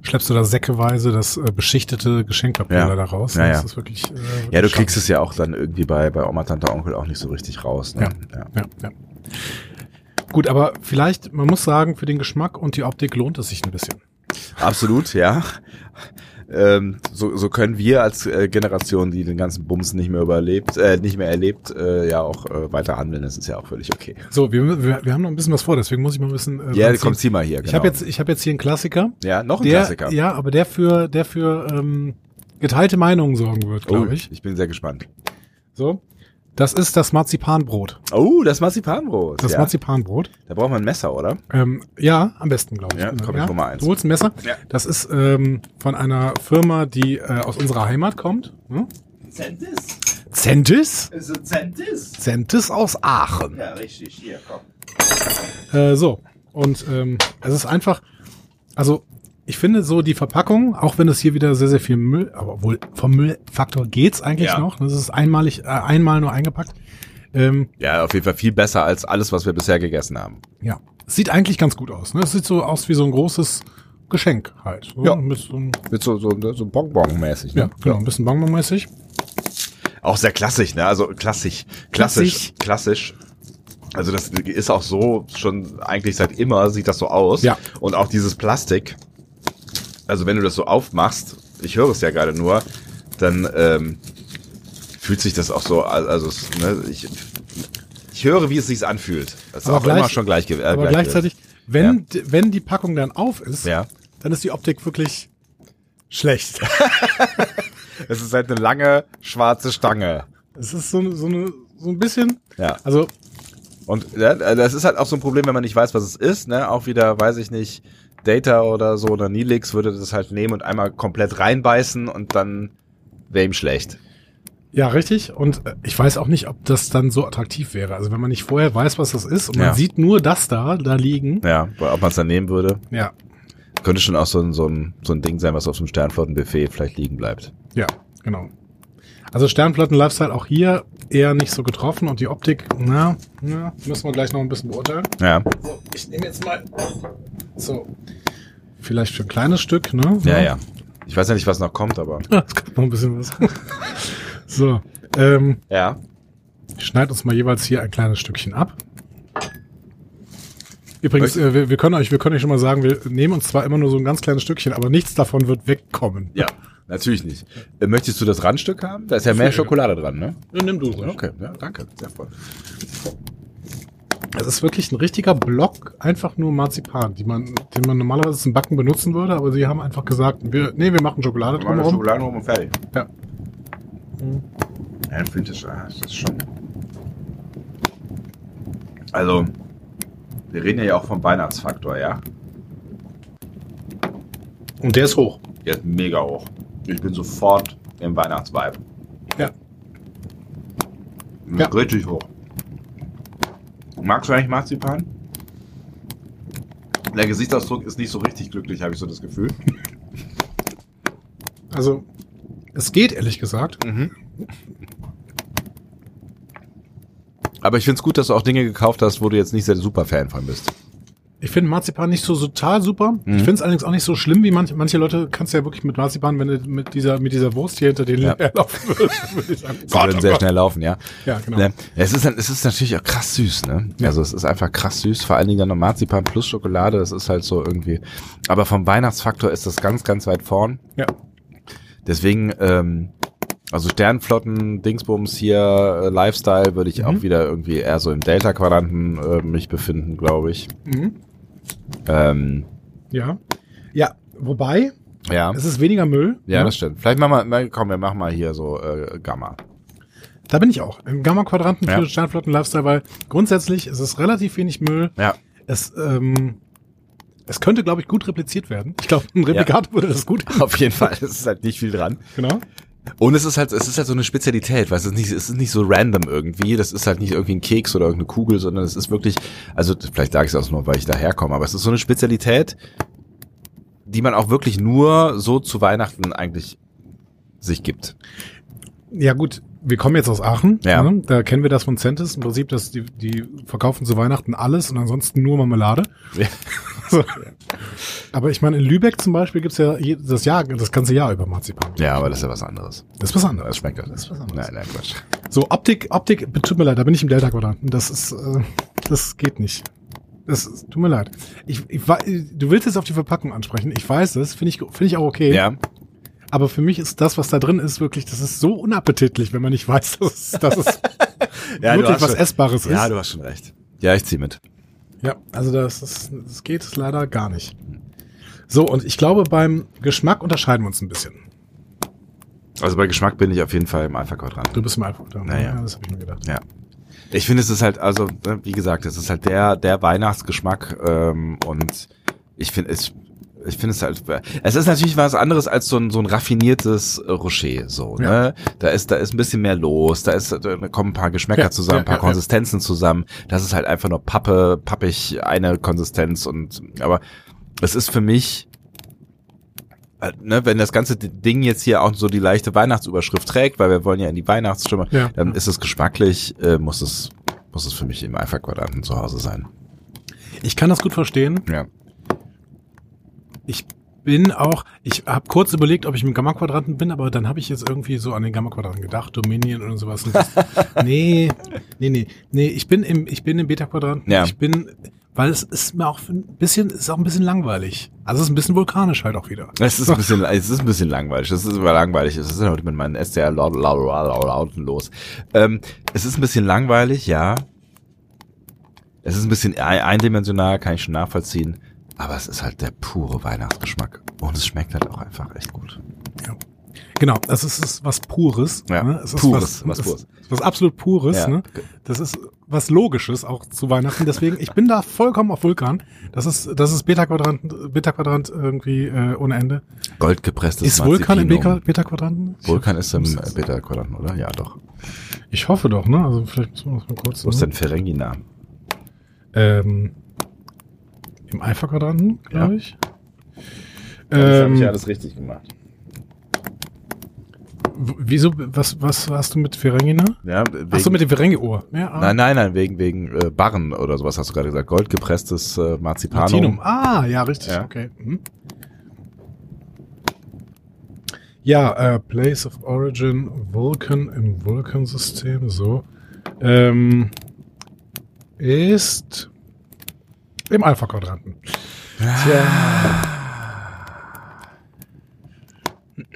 Speaker 2: schleppst du da säckeweise das äh, beschichtete Geschenkpapier
Speaker 1: Ja.
Speaker 2: da raus.
Speaker 1: Ja,
Speaker 2: das
Speaker 1: ja.
Speaker 2: ist wirklich. Äh,
Speaker 1: Ja, du
Speaker 2: wirklich
Speaker 1: kriegst es ja auch dann irgendwie bei, bei Oma, Tante, Onkel auch nicht so richtig raus. Ne? Ja.
Speaker 2: schade. Ja, ja. Gut, aber vielleicht, man muss sagen, für den Geschmack und die Optik lohnt es sich ein bisschen.
Speaker 1: Absolut, ja. Ähm, so, so können wir als äh, Generation, die den ganzen Bums nicht mehr überlebt, äh, nicht mehr erlebt, äh, ja auch äh, weiter handeln. Das ist ja auch völlig okay.
Speaker 2: So, wir, wir, wir haben noch ein bisschen was vor, deswegen muss ich mal ein bisschen. Äh,
Speaker 1: Ja,
Speaker 2: ranziehen.
Speaker 1: kommt sie mal hier. genau.
Speaker 2: Ich habe jetzt, ich hab jetzt hier einen Klassiker.
Speaker 1: ja noch ein
Speaker 2: der,
Speaker 1: Klassiker.
Speaker 2: Ja, aber der für, der für ähm, geteilte Meinungen sorgen wird,
Speaker 1: oh,
Speaker 2: glaube ich.
Speaker 1: ich. bin sehr gespannt.
Speaker 2: So. Das ist das Marzipanbrot.
Speaker 1: Oh, das Marzipanbrot.
Speaker 2: Das
Speaker 1: ja.
Speaker 2: Marzipanbrot.
Speaker 1: da braucht man ein Messer, oder?
Speaker 2: Ähm, ja, am besten, glaube ich.
Speaker 1: Ja, komm, ich hol mal eins.
Speaker 2: Du holst ein Messer.
Speaker 1: Ja.
Speaker 2: Das ist ähm, von einer Firma, die äh, aus unserer Heimat kommt. Hm?
Speaker 1: Zentis?
Speaker 2: Zentis?
Speaker 1: Ist es Zentis?
Speaker 2: Zentis aus Aachen.
Speaker 1: Ja, richtig. Hier, komm.
Speaker 2: Äh, so. Und ähm, es ist einfach, also ich finde so die Verpackung, auch wenn es hier wieder sehr, sehr viel Müll, aber wohl vom Müllfaktor geht's eigentlich
Speaker 1: Ja.
Speaker 2: noch. Das ist einmalig, äh, einmal nur eingepackt. Ähm,
Speaker 1: Ja, auf jeden Fall viel besser als alles, was wir bisher gegessen haben.
Speaker 2: ja. Sieht eigentlich ganz gut aus. Ne? Es sieht so aus wie so ein großes Geschenk halt. So,
Speaker 1: Ja.
Speaker 2: Mit so einem,
Speaker 1: Mit so, so, so Bonbon-mäßig. Ne?
Speaker 2: ja, genau, ein bisschen bonbonmäßig.
Speaker 1: Auch sehr klassisch, ne? Also klassisch, klassisch, klassisch. Also das ist auch so schon eigentlich seit immer sieht das so aus.
Speaker 2: Ja.
Speaker 1: Und auch dieses Plastik. Also wenn du das so aufmachst, ich höre es ja gerade nur, dann ähm, fühlt sich das auch so. al- Also es, ne, ich, ich höre, wie es sich anfühlt. Das ist
Speaker 2: Aber
Speaker 1: auch
Speaker 2: gleich-
Speaker 1: immer schon gleich. ge- Äh,
Speaker 2: Aber
Speaker 1: gleich
Speaker 2: gleichzeitig, wenn, d- wenn die Packung dann auf ist,
Speaker 1: Ja.
Speaker 2: dann ist die Optik wirklich schlecht.
Speaker 1: Es ist halt eine lange schwarze Stange.
Speaker 2: es ist so, so, eine, so ein bisschen.
Speaker 1: Ja.
Speaker 2: Also,
Speaker 1: Und ne, das ist halt auch so ein Problem, wenn man nicht weiß, was es ist. Ne? Auch wieder, weiß ich nicht, Data oder so oder Nilix würde das halt nehmen und einmal komplett reinbeißen und dann wäre ihm schlecht.
Speaker 2: ja, richtig. Und äh, ich weiß auch nicht, ob das dann so attraktiv wäre. Also, wenn man nicht vorher weiß, was das ist und
Speaker 1: Ja.
Speaker 2: man sieht nur das da, da liegen.
Speaker 1: Ja, weil ob man es dann nehmen würde,
Speaker 2: Ja.
Speaker 1: könnte schon auch so ein, so, ein, so ein Ding sein, was auf dem Sternflottenbuffet vielleicht liegen bleibt.
Speaker 2: Ja, genau. Also, Sternplatten-Lifestyle auch hier eher nicht so getroffen und die Optik, na, na, müssen wir gleich noch ein bisschen beurteilen.
Speaker 1: Ja,
Speaker 2: So, ich nehme jetzt mal. So. Vielleicht für ein kleines Stück, ne?
Speaker 1: ja, ja. Ich weiß ja nicht, was noch kommt, aber.
Speaker 2: Ah, Es kommt noch ein bisschen was. so, ähm,
Speaker 1: Ja.
Speaker 2: ich schneide uns mal jeweils hier ein kleines Stückchen ab. Übrigens, äh, wir, wir, können euch, wir können euch schon mal sagen, wir nehmen uns zwar immer nur so ein ganz kleines Stückchen, aber nichts davon wird wegkommen.
Speaker 1: Ja, natürlich nicht. Äh, Möchtest du das Randstück haben? Da ist ja mehr Schokolade dran, ne?
Speaker 2: Dann nimm du es.
Speaker 1: Okay, ja, danke. Sehr voll.
Speaker 2: Es ist wirklich ein richtiger Block, einfach nur Marzipan, die man, den man normalerweise zum Backen benutzen würde, aber sie haben einfach gesagt, wir, nee, wir machen Schokolade drumherum.
Speaker 1: Schokolade rum und fertig.
Speaker 2: Ja.
Speaker 1: Ja, finde ich, ah, das ist schon. Also, wir reden ja auch vom Weihnachtsfaktor, ja?
Speaker 2: Und der ist hoch.
Speaker 1: Der ist mega hoch. Ich bin sofort im Weihnachtsvibe.
Speaker 2: Ja.
Speaker 1: Mhm,
Speaker 2: Ja.
Speaker 1: Richtig hoch. Magst du eigentlich Marzipan? Der Gesichtsausdruck ist nicht so richtig glücklich, habe ich so das Gefühl.
Speaker 2: Also, es geht ehrlich gesagt.
Speaker 1: Aber ich finde es gut, dass du auch Dinge gekauft hast, wo du jetzt nicht sehr super Fan von bist.
Speaker 2: Ich finde Marzipan nicht so total super.
Speaker 1: Mhm.
Speaker 2: Ich finde es allerdings auch nicht so schlimm, wie manche, manche Leute kannst du ja wirklich mit Marzipan, wenn du mit dieser, mit dieser Wurst hier hinter den
Speaker 1: Ja.
Speaker 2: herlaufen würdest. würde ich sagen.
Speaker 1: Die würden sehr schnell laufen, ja.
Speaker 2: Ja, genau.
Speaker 1: Ne? Es, ist, es ist natürlich auch krass süß, ne? Also es ist einfach krass süß, vor allen Dingen dann noch Marzipan plus Schokolade, das ist halt so irgendwie. Aber vom Weihnachtsfaktor ist das ganz, ganz weit vorn.
Speaker 2: Ja.
Speaker 1: Deswegen, ähm, also Sternflotten, Dingsbums hier, äh, Lifestyle würde
Speaker 2: Mhm.
Speaker 1: ich auch wieder irgendwie eher so im Delta-Quadranten äh, mich befinden, glaube ich.
Speaker 2: Mhm.
Speaker 1: Ähm,
Speaker 2: Ja. Ja. Wobei,
Speaker 1: ja.
Speaker 2: es ist weniger Müll.
Speaker 1: Ja,
Speaker 2: ne?
Speaker 1: das stimmt. Vielleicht machen wir, mal- komm, wir machen mal hier so äh, Gamma.
Speaker 2: Da bin ich auch. Im Gamma-Quadranten
Speaker 1: Ja.
Speaker 2: für Sternflotten-Lifestyle, weil grundsätzlich ist es relativ wenig Müll.
Speaker 1: Ja.
Speaker 2: Es, ähm, Es könnte, glaube ich, gut repliziert werden. Ich glaube, ein Replikator würde das gut haben.
Speaker 1: Auf jeden Fall, es ist halt nicht viel dran.
Speaker 2: Genau.
Speaker 1: Und es ist halt, es ist halt so eine Spezialität, weil es ist nicht, es ist nicht so random irgendwie. Das ist halt nicht irgendwie ein Keks oder irgendeine Kugel, sondern es ist wirklich, also vielleicht sage ich es auch nur, weil ich daherkomme, aber es ist so eine Spezialität, die man auch wirklich nur so zu Weihnachten eigentlich sich gibt.
Speaker 2: Ja gut, wir kommen jetzt aus Aachen.
Speaker 1: Ja.
Speaker 2: Ne? Da kennen wir das von Centis. Im Prinzip, dass die, die verkaufen zu Weihnachten alles und ansonsten nur Marmelade.
Speaker 1: Ja.
Speaker 2: So. Aber ich meine, in Lübeck zum Beispiel gibt's ja je- das, Jahr, das ganze Jahr über Marzipan.
Speaker 1: Ja, aber das ist ja was anderes.
Speaker 2: Das ist was
Speaker 1: Das
Speaker 2: anderes.
Speaker 1: schmeckt doch nicht.
Speaker 2: was anderes.
Speaker 1: Nein, nein, Quatsch.
Speaker 2: So, Optik, Optik, tut mir leid, da bin ich im Delta-Quadranten. Das ist, äh, das geht nicht. Das ist, tut mir leid. Ich, ich, wa- du willst jetzt auf die Verpackung ansprechen. Ich weiß das, finde ich, finde ich auch okay.
Speaker 1: Ja,
Speaker 2: Aber für mich ist das, was da drin ist, wirklich, das ist so unappetitlich, wenn man nicht weiß, dass es, dass es
Speaker 1: Ja, du
Speaker 2: wirklich
Speaker 1: hast
Speaker 2: was
Speaker 1: schon-
Speaker 2: Essbares ist.
Speaker 1: ja, du hast schon recht. Ja, ich zieh mit.
Speaker 2: Ja, also das, ist, das geht leider gar nicht. So, und ich glaube, beim Geschmack unterscheiden wir uns ein bisschen.
Speaker 1: Also bei Geschmack bin ich auf jeden Fall im Alpha-Quadrant.
Speaker 2: Du bist mal einfach da.
Speaker 1: Naja.
Speaker 2: Ja, das habe ich mir gedacht.
Speaker 1: Ja. Ich finde, es ist halt, also, ne, wie gesagt, es ist halt der, der Weihnachtsgeschmack ähm, und ich finde es. Ich finde es halt, es ist natürlich was anderes als so ein, so ein raffiniertes äh, Rocher, so, ne? Da ist, da ist ein bisschen mehr los, da ist, da kommen ein paar Geschmäcker
Speaker 2: Ja,
Speaker 1: zusammen,
Speaker 2: ja,
Speaker 1: ein paar
Speaker 2: ja, ja.
Speaker 1: Konsistenzen zusammen. Das ist halt einfach nur Pappe, pappig, eine Konsistenz und, aber es ist für mich, äh, ne, wenn das ganze D- Ding jetzt hier auch so die leichte Weihnachtsüberschrift trägt, weil wir wollen ja in die Weihnachtsstimme,
Speaker 2: Ja.
Speaker 1: dann ist es geschmacklich, äh, muss es, muss es für mich im Alpha-Quadranten zu Hause sein.
Speaker 2: Ich kann das gut verstehen.
Speaker 1: Ja.
Speaker 2: Ich bin auch, ich habe kurz überlegt, ob ich mit Gamma-Quadranten bin, aber dann habe ich jetzt irgendwie so an den Gamma-Quadranten gedacht, Dominion und sowas. Und das, nee, nee, nee, nee, ich bin im, ich bin im Beta-Quadranten.
Speaker 1: Ja.
Speaker 2: Ich bin, weil es ist mir auch ein bisschen, es ist auch ein bisschen langweilig. Also es ist ein bisschen vulkanisch halt auch wieder.
Speaker 1: Es ist ein bisschen, es ist ein bisschen langweilig. Es ist immer langweilig. Es ist ja heute mit meinen SDR laut, laut, laut, laut, lauten los. Ähm, es ist ein bisschen langweilig, ja. Es ist ein bisschen ei- eindimensional, kann ich schon nachvollziehen. Aber es ist halt der pure Weihnachtsgeschmack. Und es schmeckt halt auch einfach echt gut.
Speaker 2: Genau, das ist, ist was Pures.
Speaker 1: Ja,
Speaker 2: ne? es ist
Speaker 1: Pures,
Speaker 2: was,
Speaker 1: was
Speaker 2: es
Speaker 1: Pures.
Speaker 2: Ist, was absolut Pures.
Speaker 1: Ja.
Speaker 2: Ne? Das ist was Logisches auch zu Weihnachten. Deswegen, ich bin da vollkommen auf Vulkan. Das ist, das ist Beta-Quadrant, Beta-Quadrant irgendwie äh, ohne Ende.
Speaker 1: Goldgepresstes
Speaker 2: ist Vulkan im
Speaker 1: Marzipanum.
Speaker 2: Beta- Beta-Quadranten?
Speaker 1: Vulkan ist im äh, Beta-Quadranten, oder? Ja, doch.
Speaker 2: Ich hoffe doch, ne? Also vielleicht müssen wir das mal kurz.
Speaker 1: Wo ist
Speaker 2: ne?
Speaker 1: denn Ferengina?
Speaker 2: Ähm, Im Alpha-Quadranten, glaube
Speaker 1: Ja.
Speaker 2: ich. Ähm,
Speaker 1: richtig gemacht.
Speaker 2: w- wieso, was, was hast du mit Ferengina?
Speaker 1: Ja, wegen,
Speaker 2: Ach so, mit dem Ferengi-Ohr. Ja, ah,
Speaker 1: nein, nein, nein, wegen, wegen äh, Barren oder sowas hast du gerade gesagt. Goldgepresstes äh, Marzipanum.
Speaker 2: Platinum. Ah, ja, richtig.
Speaker 1: Ja.
Speaker 2: Okay. Mhm. Ja, äh, Place of Origin, Vulcan im Vulcan-System, so. Ähm, ist im Alpha-Quadranten. Tja.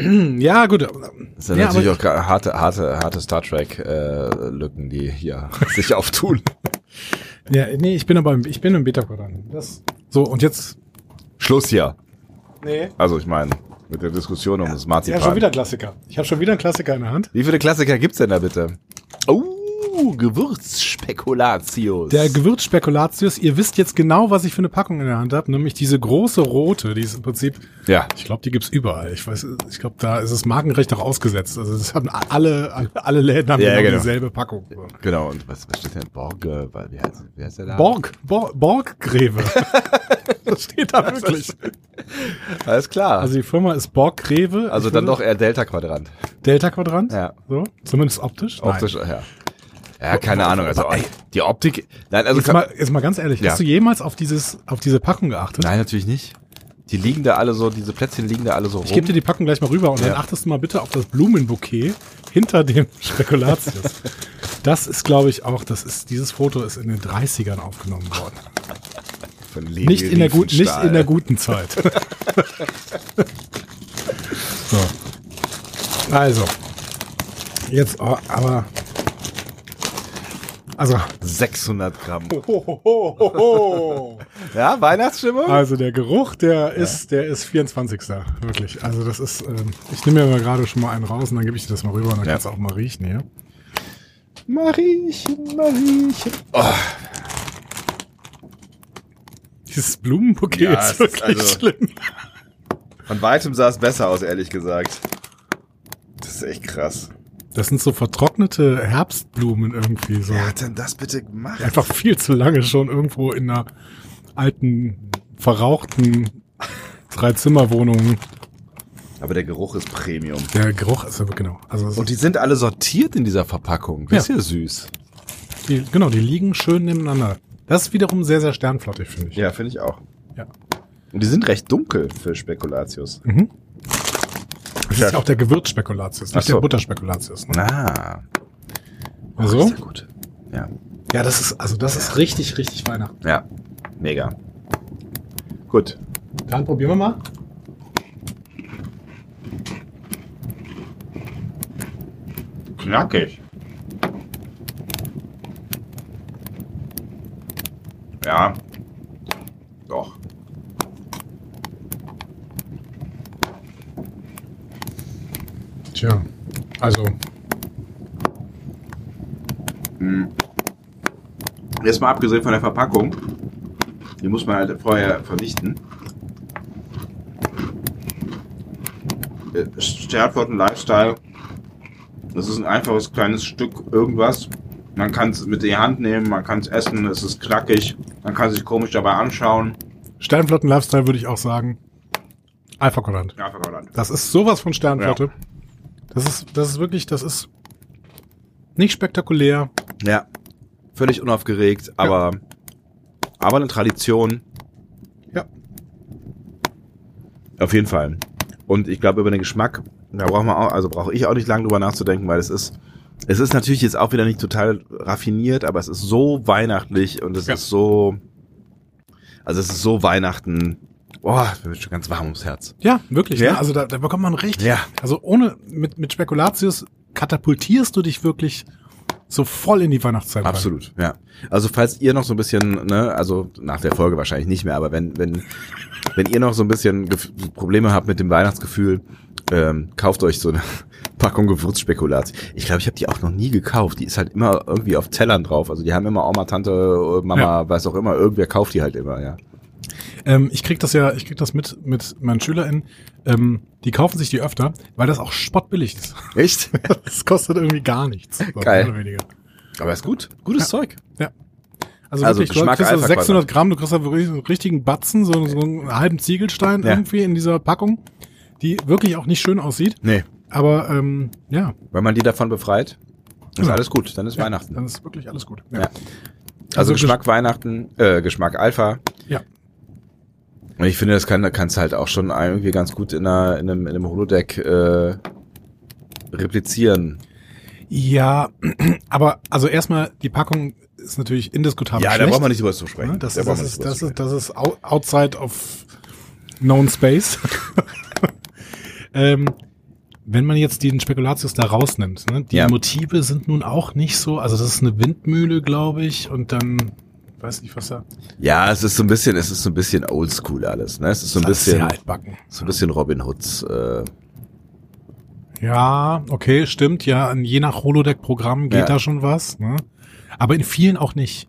Speaker 2: Ja, gut. äh,
Speaker 1: Das sind
Speaker 2: Ja,
Speaker 1: natürlich
Speaker 2: aber-
Speaker 1: auch gra- harte, harte, harte Star Trek-Lücken, die hier sich auftun.
Speaker 2: Ja, nee, ich bin aber im, ich bin im Beta-Quadranten. Das- So, und jetzt.
Speaker 1: Schluss hier.
Speaker 2: Nee.
Speaker 1: Also ich meine, mit der Diskussion um das Marzipan.
Speaker 2: Ja, schon wieder Klassiker. Ich habe schon wieder einen Klassiker in der Hand.
Speaker 1: Wie viele Klassiker gibt's denn da bitte? Oh, Gewürzspekulatius.
Speaker 2: Der Gewürzspekulatius, ihr wisst jetzt genau, was ich für eine Packung in der Hand habe, nämlich diese große rote, die ist im Prinzip,
Speaker 1: ja,
Speaker 2: ich glaube, die gibt's überall. Ich weiß, ich glaube, da ist das Markenrecht auch ausgesetzt. Also das haben alle, alle- alle Läden haben
Speaker 1: Ja,
Speaker 2: genau
Speaker 1: genau.
Speaker 2: dieselbe Packung.
Speaker 1: genau. Und was, was steht denn? Borge, weil, wie, heißt, wie heißt der da?
Speaker 2: Borg, Borg, Borggräve. das steht da wirklich.
Speaker 1: Alles klar.
Speaker 2: Also
Speaker 1: Also,
Speaker 2: die Firma ist Borggräve. Ich
Speaker 1: dann
Speaker 2: würde-
Speaker 1: doch eher Delta-Quadrant.
Speaker 2: Delta-Quadrant.
Speaker 1: Ja.
Speaker 2: So, zumindest optisch. Nein.
Speaker 1: Optisch, ja. Ja, keine Ahnung. Also oh, die Optik. Nein, also
Speaker 2: Jetzt mal, jetzt mal ganz ehrlich,
Speaker 1: Ja.
Speaker 2: hast du jemals auf dieses, auf diese Packung geachtet?
Speaker 1: nein, natürlich nicht. Die liegen da alle so, diese Plätzchen liegen da alle so rum.
Speaker 2: Ich gebe dir die Packung gleich mal rüber und dann
Speaker 1: Ja.
Speaker 2: achtest du mal bitte auf das Blumenbouquet hinter dem Spekulatius. das ist, glaube ich, auch, das ist, dieses Foto ist in den 30ern aufgenommen worden.
Speaker 1: Von
Speaker 2: Nicht in, der gut, nicht
Speaker 1: Riefenstahl.
Speaker 2: in der guten Zeit. so. Also. Jetzt, oh, aber. Also.
Speaker 1: 600 Gramm. Ja, Weihnachtsstimmung?
Speaker 2: Also der Geruch, der ist, der ist 24. Wirklich. Also das ist, ähm, ich nehme mir mal gerade schon mal einen raus und dann gebe ich dir das mal rüber und dann
Speaker 1: Ja.
Speaker 2: kannst du auch mal riechen hier.
Speaker 1: Mariechen, Mariechen.
Speaker 2: Die dieses Blumenbouquet
Speaker 1: Ja, es
Speaker 2: ist
Speaker 1: ist
Speaker 2: wirklich
Speaker 1: also-
Speaker 2: schlimm.
Speaker 1: Von weitem sah es besser aus, ehrlich gesagt. Das ist echt krass.
Speaker 2: Das sind so vertrocknete Herbstblumen irgendwie so.
Speaker 1: Wer hat denn das bitte gemacht?
Speaker 2: Einfach viel zu lange schon irgendwo in einer alten, verrauchten Dreizimmerwohnung.
Speaker 1: Aber der Geruch ist Premium.
Speaker 2: Der Geruch ist aber genau. Also es
Speaker 1: Und die sind alle sortiert in dieser Verpackung. Das
Speaker 2: Ja.
Speaker 1: ist ja süß.
Speaker 2: ist- die, genau, die liegen schön nebeneinander. Das ist wiederum sehr, sehr sternflottig, finde ich.
Speaker 1: Ja, finde ich auch.
Speaker 2: Ja.
Speaker 1: Und die sind recht dunkel für Spekulatius.
Speaker 2: Das ist ja auch der Gewürzspekulatius,
Speaker 1: Mhm. Ach
Speaker 2: nicht
Speaker 1: so.
Speaker 2: der Butterspekulatius. Ne?
Speaker 1: Ah.
Speaker 2: Also?
Speaker 1: Ist ja gut. Ja.
Speaker 2: Ja, das ist, also das ist richtig, richtig Weihnachten.
Speaker 1: Ja. Mega. Gut.
Speaker 2: Dann probieren wir mal.
Speaker 1: Knackig. Ja. Doch.
Speaker 2: Tja, also,
Speaker 1: Hm. Jetzt mal abgesehen von der Verpackung. Die muss man halt vorher vernichten. Äh, Sternfort und Lifestyle. Das ist ein einfaches kleines Stück irgendwas. Man kann es mit der Hand nehmen, man kann es essen, es ist knackig. Man kann sich komisch dabei anschauen.
Speaker 2: Sternflotten-Lifestyle würde ich auch sagen. Alpha Quadrant.
Speaker 1: Ja, verdammt.
Speaker 2: Das ist sowas von Sternflotte. Das ist, das ist wirklich, das ist nicht spektakulär.
Speaker 1: Ja, völlig unaufgeregt, aber, aber eine Tradition.
Speaker 2: Ja.
Speaker 1: Auf jeden Fall. Und ich glaube, über den Geschmack, da braucht man auch, also brauche ich auch nicht lange drüber nachzudenken, weil es ist, es ist natürlich jetzt auch wieder nicht total raffiniert, aber es ist so weihnachtlich und es
Speaker 2: Ja.
Speaker 1: ist so, also es ist so Weihnachten. Boah, mir wird schon ganz warm ums Herz.
Speaker 2: Ja, wirklich.
Speaker 1: Ja.
Speaker 2: Ne? Also da, da bekommt man richtig.
Speaker 1: Ja.
Speaker 2: Also ohne mit, mit Spekulatius katapultierst du dich wirklich so voll in die Weihnachtszeit. rein.
Speaker 1: Absolut, ja. Also falls ihr noch so ein bisschen, ne, also nach der Folge wahrscheinlich nicht mehr, aber wenn, wenn, wenn ihr noch so ein bisschen Gef- Probleme habt mit dem Weihnachtsgefühl, ähm, kauft euch so eine Packung Gewürzspekulatius. Ich glaube, ich habe die auch noch nie gekauft. Die ist halt immer irgendwie auf Tellern drauf. Also die haben immer Oma, Tante, Mama,
Speaker 2: Ja.
Speaker 1: weiß auch immer, irgendwer kauft die halt immer, ja.
Speaker 2: Ähm, ich krieg das ja, ich krieg das mit mit meinen SchülerInnen. Ähm, die kaufen sich die öfter, weil das auch spottbillig ist.
Speaker 1: Echt?
Speaker 2: Das kostet irgendwie gar nichts. So,
Speaker 1: Geil.
Speaker 2: mehr oder weniger.
Speaker 1: Aber ist gut. Gutes Zeug.
Speaker 2: Also,
Speaker 1: Also
Speaker 2: wirklich, du
Speaker 1: Geschmack
Speaker 2: kriegst also
Speaker 1: Alpha
Speaker 2: 600 Gramm, du kriegst da wirklich so einen richtigen Batzen, so, so einen halben Ziegelstein
Speaker 1: Ja.
Speaker 2: irgendwie in dieser Packung, die wirklich auch nicht schön aussieht.
Speaker 1: Nee.
Speaker 2: Aber ähm, ja,
Speaker 1: Wenn man die davon befreit, ist
Speaker 2: Ja.
Speaker 1: alles gut. Dann ist
Speaker 2: ja,
Speaker 1: Weihnachten.
Speaker 2: Dann ist wirklich alles gut.
Speaker 1: Ja. Also,
Speaker 2: Also
Speaker 1: Geschmack Weihnachten, äh, Geschmack Alpha.
Speaker 2: Ja.
Speaker 1: Und ich finde, das kann, da kannst du halt auch schon irgendwie ganz gut in, einer, in, einem, in einem Holodeck äh, replizieren.
Speaker 2: Ja, aber also erstmal, die Packung ist natürlich indiskutabel.
Speaker 1: ja, da
Speaker 2: schlecht.
Speaker 1: braucht man nicht drüber zu
Speaker 2: Ne?
Speaker 1: sprechen.
Speaker 2: Das,
Speaker 1: da
Speaker 2: ist,
Speaker 1: braucht
Speaker 2: das,
Speaker 1: man
Speaker 2: ist,
Speaker 1: nicht drüber
Speaker 2: das,
Speaker 1: zu
Speaker 2: ist, das ist au- outside of known space. ähm, wenn man jetzt den Spekulatius da rausnimmt, ne? die
Speaker 1: Ja.
Speaker 2: Motive sind nun auch nicht so, also das ist eine Windmühle, glaube ich, und dann weiß nicht, was da.
Speaker 1: sprechen. Ja, es ist so ein bisschen, es ist so ein bisschen oldschool alles, ne? Es ist so ein
Speaker 2: das ist
Speaker 1: bisschen,
Speaker 2: sehr altbacken.
Speaker 1: so ein bisschen Robin Hoods. Äh,
Speaker 2: Ja, okay, stimmt, ja, an- je nach Holodeck-Programm geht
Speaker 1: Ja.
Speaker 2: da schon was, ne? Aber in vielen auch nicht.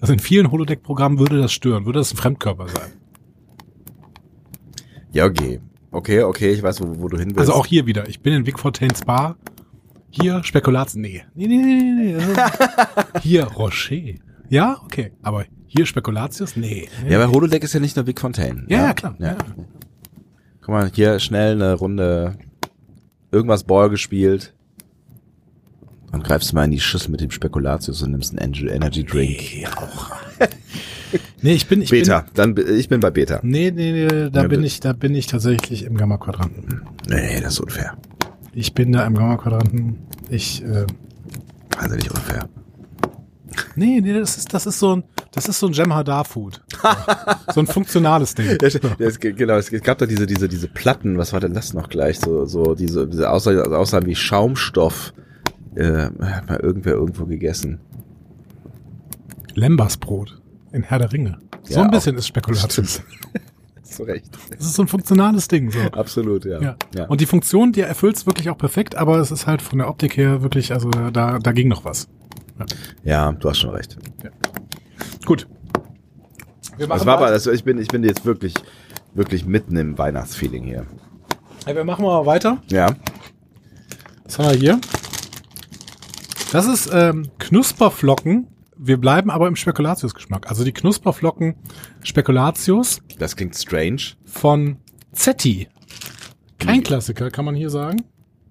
Speaker 2: Also in vielen Holodeck-Programmen würde das stören, würde das ein Fremdkörper sein.
Speaker 1: ja, okay. Okay, okay, ich weiß, wo, wo du hin willst.
Speaker 2: Also auch hier wieder. Ich bin in Wigfontaine Spa. Hier Spekulatius. Nee. Nee, nee, nee, nee. nee. Also, hier Rocher. Ja, okay. Aber hier Spekulatius? Nee.
Speaker 1: Ja, aber Holodeck ist ja nicht nur Big Fontaine. ne?
Speaker 2: ja, ja, klar.
Speaker 1: Ja.
Speaker 2: Ja.
Speaker 1: Guck mal, hier schnell eine Runde irgendwas Ball gespielt. Dann greifst du mal in die Schüssel mit dem Spekulatius und nimmst einen Energy, Energy Drink.
Speaker 2: Nee, auch. nee, ich bin. Ich
Speaker 1: Beta, dann bi- ich bin bei Beta.
Speaker 2: Bin, nee, nee, nee, da
Speaker 1: Ja,
Speaker 2: bin
Speaker 1: bitte.
Speaker 2: ich, da bin ich tatsächlich im Gamma-Quadranten.
Speaker 1: Nee, das ist unfair.
Speaker 2: Ich bin da im Gamma-Quadranten. Ich, äh,
Speaker 1: Wahnsinnig unfair.
Speaker 2: nee, nee, das ist, das ist so ein, das ist so ein Jem'Hadar-Food. so ein funktionales Ding.
Speaker 1: Ja, es, ge- genau, es gab da diese, diese, diese Platten, was war denn das noch gleich? So, so diese, diese Aussagen, also Aussagen wie Schaumstoff. Äh, hat mal irgendwer irgendwo gegessen.
Speaker 2: Lembasbrot in Herr der Ringe. So
Speaker 1: Ja,
Speaker 2: ein
Speaker 1: auch.
Speaker 2: bisschen ist Spekulatius.
Speaker 1: Zu Recht.
Speaker 2: Das ist so ein funktionales Ding, so.
Speaker 1: Absolut, ja.
Speaker 2: Ja. Und die Funktion, die er erfüllt, ist wirklich auch perfekt, aber es ist halt von der Optik her wirklich, also da, da ging noch was.
Speaker 1: ja, du hast schon recht.
Speaker 2: Gut. Wir machen,
Speaker 3: Das war aber,
Speaker 2: weiter.
Speaker 3: also ich bin, ich bin jetzt wirklich, wirklich mitten im Weihnachtsfeeling hier.
Speaker 2: Ja, wir machen mal weiter.
Speaker 3: Ja.
Speaker 2: Was haben wir hier? Das ist ähm, Knusperflocken. Wir bleiben aber im Spekulatius-Geschmack. Also die Knusperflocken Spekulatius
Speaker 1: Das klingt strange.
Speaker 2: von Zetti. Kein Klassiker, kann man hier sagen.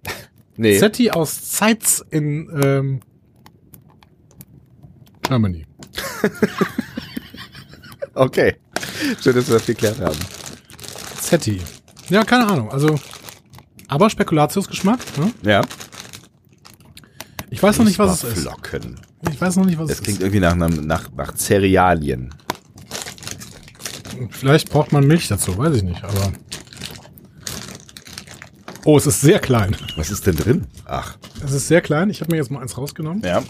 Speaker 3: Mhm. Nee.
Speaker 2: Zetti aus Zeitz in ähm, Germany.
Speaker 3: Okay. Schön, dass wir das geklärt haben.
Speaker 2: Zetti. Ja, keine Ahnung. Also, aber Spekulatius-Geschmack. Ne?
Speaker 1: Ja.
Speaker 2: Ich weiß noch nicht, was es ist.
Speaker 3: Flocken.
Speaker 2: Ich weiß noch nicht, was
Speaker 3: Das
Speaker 2: es
Speaker 3: klingt
Speaker 2: ist.
Speaker 3: irgendwie nach, einem- nach, nach Cerealien.
Speaker 2: Vielleicht braucht man Milch dazu, weiß ich nicht. Aber oh, es ist sehr klein.
Speaker 3: Was ist denn drin? Ach.
Speaker 2: Es ist sehr klein. Ich habe mir jetzt mal eins rausgenommen.
Speaker 1: Ja.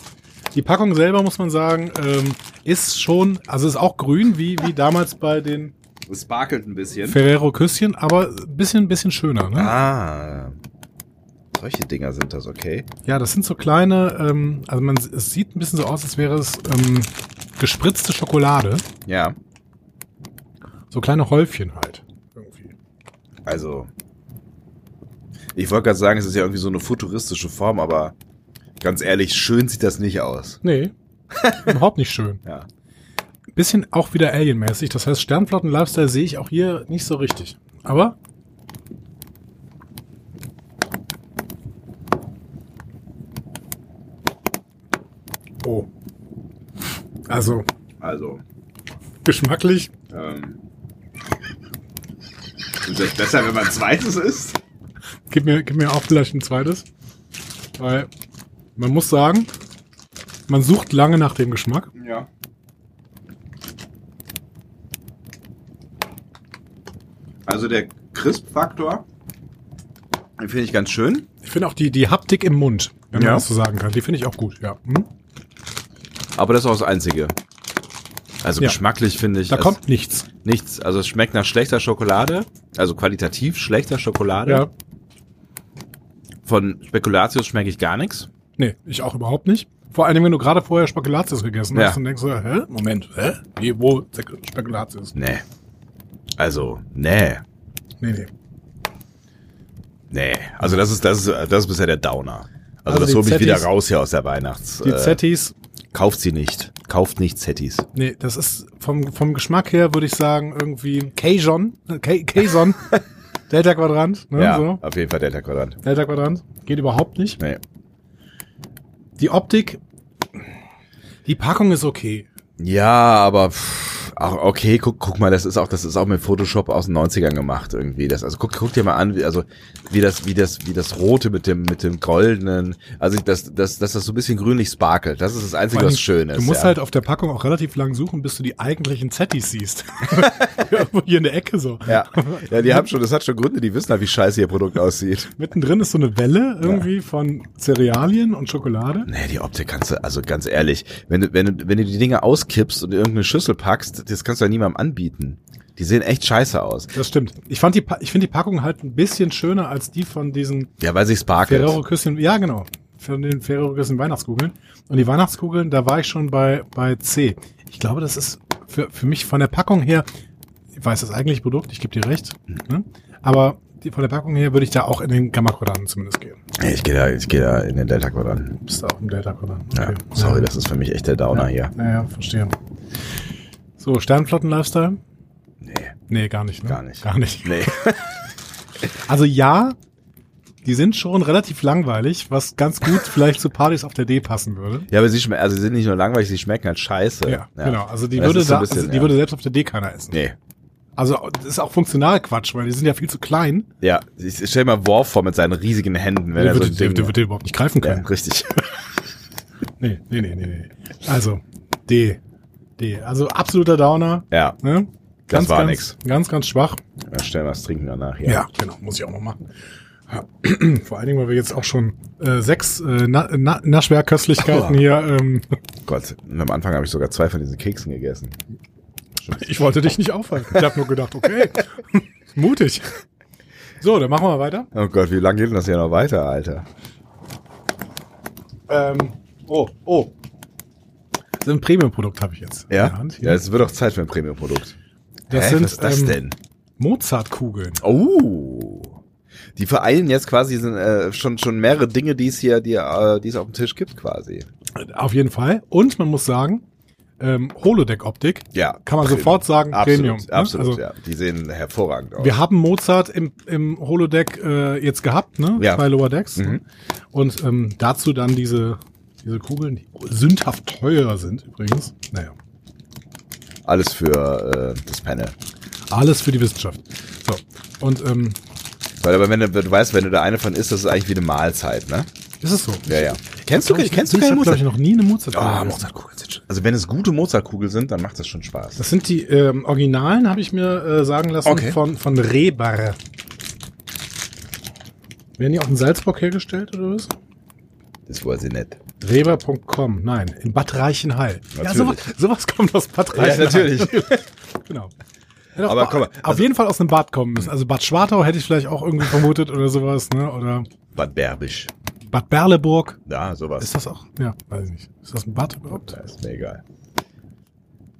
Speaker 2: Die Packung selber, muss man sagen, ähm, ist schon, also ist auch grün, wie, wie damals bei den
Speaker 1: Es sparkelt ein bisschen.
Speaker 2: Ferrero-Küsschen, aber ein bisschen, bisschen schöner. Ne?
Speaker 3: Ah. Solche Dinger sind das, okay?
Speaker 2: Ja, das sind so kleine, ähm, also man, es sieht ein bisschen so aus, als wäre es ähm, gespritzte Schokolade.
Speaker 1: Ja.
Speaker 2: So kleine Häufchen halt. Irgendwie.
Speaker 1: Also. Ich wollte gerade sagen, es ist ja irgendwie so eine futuristische Form, aber ganz ehrlich, schön sieht das nicht aus.
Speaker 2: Nee, überhaupt nicht schön.
Speaker 1: Ja.
Speaker 2: Bisschen auch wieder alienmäßig, das heißt Sternflotten-Lifestyle sehe ich auch hier nicht so richtig. Aber Oh. Also,
Speaker 1: Also.
Speaker 2: geschmacklich
Speaker 1: Ähm. Ist das besser, wenn man zweites ist?
Speaker 2: Gib mir, gib mir auch vielleicht ein zweites. Weil man muss sagen, man sucht lange nach dem Geschmack.
Speaker 1: Ja. Also der Crisp-Faktor, den finde ich ganz schön.
Speaker 2: Ich finde auch die, die Haptik im Mund, wenn
Speaker 1: Ja.
Speaker 2: man das so sagen kann, die finde ich auch gut, ja. Hm?
Speaker 1: Aber das ist auch das Einzige. Also
Speaker 2: Ja.
Speaker 1: geschmacklich finde ich
Speaker 2: Da
Speaker 1: es
Speaker 2: kommt nichts.
Speaker 1: nichts. Also es schmeckt nach schlechter Schokolade, also qualitativ schlechter Schokolade.
Speaker 2: Ja.
Speaker 1: Von Spekulatius schmecke ich gar nichts.
Speaker 2: Nee, ich auch überhaupt nicht. Vor allem, wenn du gerade vorher Spekulatius gegessen
Speaker 1: Ja.
Speaker 2: hast und denkst, so, hä? Moment, hä? Wie, wo Sek- Spekulatius?
Speaker 1: Nee. Also, nee.
Speaker 2: Nee, nee.
Speaker 1: Nee. Also das ist, das ist, das ist bisher der Downer. Also,
Speaker 2: Also
Speaker 1: das
Speaker 2: die
Speaker 1: hole mich wieder
Speaker 2: Zettis-
Speaker 1: raus hier aus der Weihnachts.
Speaker 2: Die
Speaker 1: äh,
Speaker 2: Zettis,
Speaker 1: kauft sie nicht. Kauft nicht Zettis.
Speaker 2: nee, das ist vom, vom Geschmack her, würde ich sagen, irgendwie Cajun, äh, Ca- Cajun, Delta-Quadrant, ne,
Speaker 1: Ja,
Speaker 2: so.
Speaker 1: auf jeden Fall Delta-Quadrant.
Speaker 2: Delta-Quadrant, geht überhaupt nicht.
Speaker 1: Nee.
Speaker 2: Die Optik, die Packung ist okay.
Speaker 1: Ja, aber pff, ach, okay, guck, guck mal, das ist auch, das ist auch mit Photoshop aus den 90ern gemacht irgendwie. Das, also guck, guck dir mal an, wie, also wie das, wie das, wie das Rote mit dem, mit dem Goldenen, also das, das, dass das so ein bisschen grünlich sparkelt. Das ist das Einzige, was schön ist.
Speaker 2: du musst
Speaker 1: ja.
Speaker 2: halt auf der Packung auch relativ lang suchen, bis du die eigentlichen Zettis siehst. Irgendwo hier in der Ecke so.
Speaker 1: ja. ja, die haben schon, das hat schon Gründe, die wissen halt, wie scheiße ihr Produkt aussieht.
Speaker 2: Mittendrin ist so eine Welle irgendwie von Cerealien und Schokolade.
Speaker 1: Nee, die Optik kannst du, also ganz ehrlich, wenn du, wenn du, wenn du die Dinge auskippst und in irgendeine Schüssel packst, das kannst du ja niemandem anbieten. Die sehen echt scheiße aus.
Speaker 2: Das stimmt. Ich fand die, Pa- ich finde die Packung halt ein bisschen schöner als die von diesen
Speaker 1: Ja, weil sie sparkelt.
Speaker 2: Ferrero-Küsschen. Ja, genau. Von den Ferrero-Küsschen Weihnachtskugeln. Und die Weihnachtskugeln, da war ich schon bei, bei C. Ich glaube, das ist für, für mich von der Packung her, ich weiß das eigentliche Produkt, ich gebe dir recht, ne? aber die, von der Packung her würde ich da auch in den Gamma-Quadranten zumindest gehen.
Speaker 1: Nee, Ich gehe da, ich gehe da in den Delta-Quadrant.
Speaker 2: Bist du auch im Delta-Quadranten?
Speaker 1: Ja, sorry, das ist für mich echt der Downer hier.
Speaker 2: Ja, ja, verstehe. So, Sternflotten-Lifestyle?
Speaker 1: Nee,
Speaker 2: Nee, gar nicht. Ne?
Speaker 1: Gar nicht.
Speaker 2: Gar nicht.
Speaker 1: nee.
Speaker 2: Also ja, die sind schon relativ langweilig, was ganz gut vielleicht zu Partys auf der D passen würde.
Speaker 1: Ja, aber sie schmecken, also sie sind nicht nur langweilig, sie schmecken halt scheiße.
Speaker 2: Ja, genau. Also die
Speaker 1: Das
Speaker 2: würde
Speaker 1: ist so
Speaker 2: da,
Speaker 1: ein bisschen,
Speaker 2: also die
Speaker 1: ja.
Speaker 2: würde selbst auf der D keiner essen.
Speaker 1: Nee.
Speaker 2: Also das ist auch funktional Quatsch, weil die sind ja viel zu klein.
Speaker 1: Ja, ich ich stell mir mal Worf vor mit seinen riesigen Händen, wenn
Speaker 2: der,
Speaker 1: er so
Speaker 2: würde,
Speaker 1: ein
Speaker 2: der,
Speaker 1: Ding-
Speaker 2: der würde überhaupt nicht greifen
Speaker 1: ja,
Speaker 2: können.
Speaker 1: richtig.
Speaker 2: Nee, nee, nee, nee, nee. Also D. D. Also absoluter Downer.
Speaker 1: Ja,
Speaker 2: Ne?
Speaker 1: Das war
Speaker 2: ganz,
Speaker 1: nix.
Speaker 2: Ganz, ganz schwach.
Speaker 1: dann stellen wir das Trinken danach hier.
Speaker 2: Ja, genau, muss ich auch noch machen. Ja. Vor allen Dingen, weil wir jetzt auch schon äh, sechs äh, Na Na Naschwerköstlichkeiten hier. Ähm,
Speaker 1: Gott, und am Anfang habe ich sogar zwei von diesen Keksen gegessen.
Speaker 2: ich wollte dich nicht aufhalten. Ich habe nur gedacht, okay, mutig. So, dann machen wir mal weiter.
Speaker 1: Oh Gott, wie lange geht denn das hier noch weiter, Alter?
Speaker 2: Ähm, oh, oh. ein Premium-Produkt habe ich jetzt. in der
Speaker 1: Ja,
Speaker 2: Hand hier.
Speaker 1: ja es wird auch Zeit für ein Premium-Produkt.
Speaker 2: Das
Speaker 1: Hä,
Speaker 2: sind,
Speaker 1: was ist das
Speaker 2: ähm,
Speaker 1: denn?
Speaker 2: Mozartkugeln.
Speaker 1: Oh. Die vereinen jetzt quasi sind, äh, schon, schon mehrere Dinge, die es hier, die, äh, die es auf dem Tisch gibt, quasi.
Speaker 2: Auf jeden Fall. Und man muss sagen, ähm, Holodeck-Optik.
Speaker 1: Ja.
Speaker 2: Kann man
Speaker 1: Premium.
Speaker 2: sofort sagen,
Speaker 1: Absolut,
Speaker 2: Premium. ne?
Speaker 1: Absolut,
Speaker 2: Also,
Speaker 1: ja. Die sehen hervorragend aus.
Speaker 2: Wir haben Mozart im, im Holodeck äh, jetzt gehabt, ne?
Speaker 1: Ja. Mhm.
Speaker 2: Zwei Lower Decks. Ne? Und ähm, dazu dann diese, diese Kugeln, die sündhaft teuer sind übrigens. Naja,
Speaker 1: Alles für äh, das Panel.
Speaker 2: alles für die Wissenschaft. So, und ähm,
Speaker 1: Weil aber wenn du, du weißt, wenn du da eine von isst, das ist eigentlich wie eine Mahlzeit, ne?
Speaker 2: ist es so?
Speaker 1: Ja, ja. Kennst du,
Speaker 2: Ich-
Speaker 1: kennst du
Speaker 2: ich
Speaker 1: keine
Speaker 2: hab, glaub Ich
Speaker 1: Mozart?
Speaker 2: noch nie eine Mozart.
Speaker 1: Ah, Mozartkugeln sind schon. Also wenn es gute Mozartkugeln sind, dann macht das schon Spaß.
Speaker 2: Das sind die ähm, Originalen, habe ich mir äh, sagen lassen,
Speaker 1: Okay.
Speaker 2: von, von Rebar. Werden die auch in Salzburg hergestellt oder was?
Speaker 1: Das weiß ich nicht.
Speaker 2: Reber.com, nein, in Bad Reichenhall. Ja,
Speaker 1: Natürlich.
Speaker 2: sowas, sowas kommt aus Bad
Speaker 1: Ja,
Speaker 2: Reichenhall.
Speaker 1: natürlich.
Speaker 2: genau. Hätte auch
Speaker 1: Aber
Speaker 2: mal-
Speaker 1: guck mal,
Speaker 2: auf
Speaker 1: also-
Speaker 2: jeden Fall aus einem Bad kommen müssen. Also Bad Schwartau hätte ich vielleicht auch irgendwie vermutet oder sowas, ne? Oder
Speaker 1: Bad Berbisch.
Speaker 2: Bad Berleburg.
Speaker 1: Ja, sowas.
Speaker 2: Ist das auch? Ja, weiß ich nicht. Ist das ein Bad überhaupt?
Speaker 1: Ja, ist mir egal.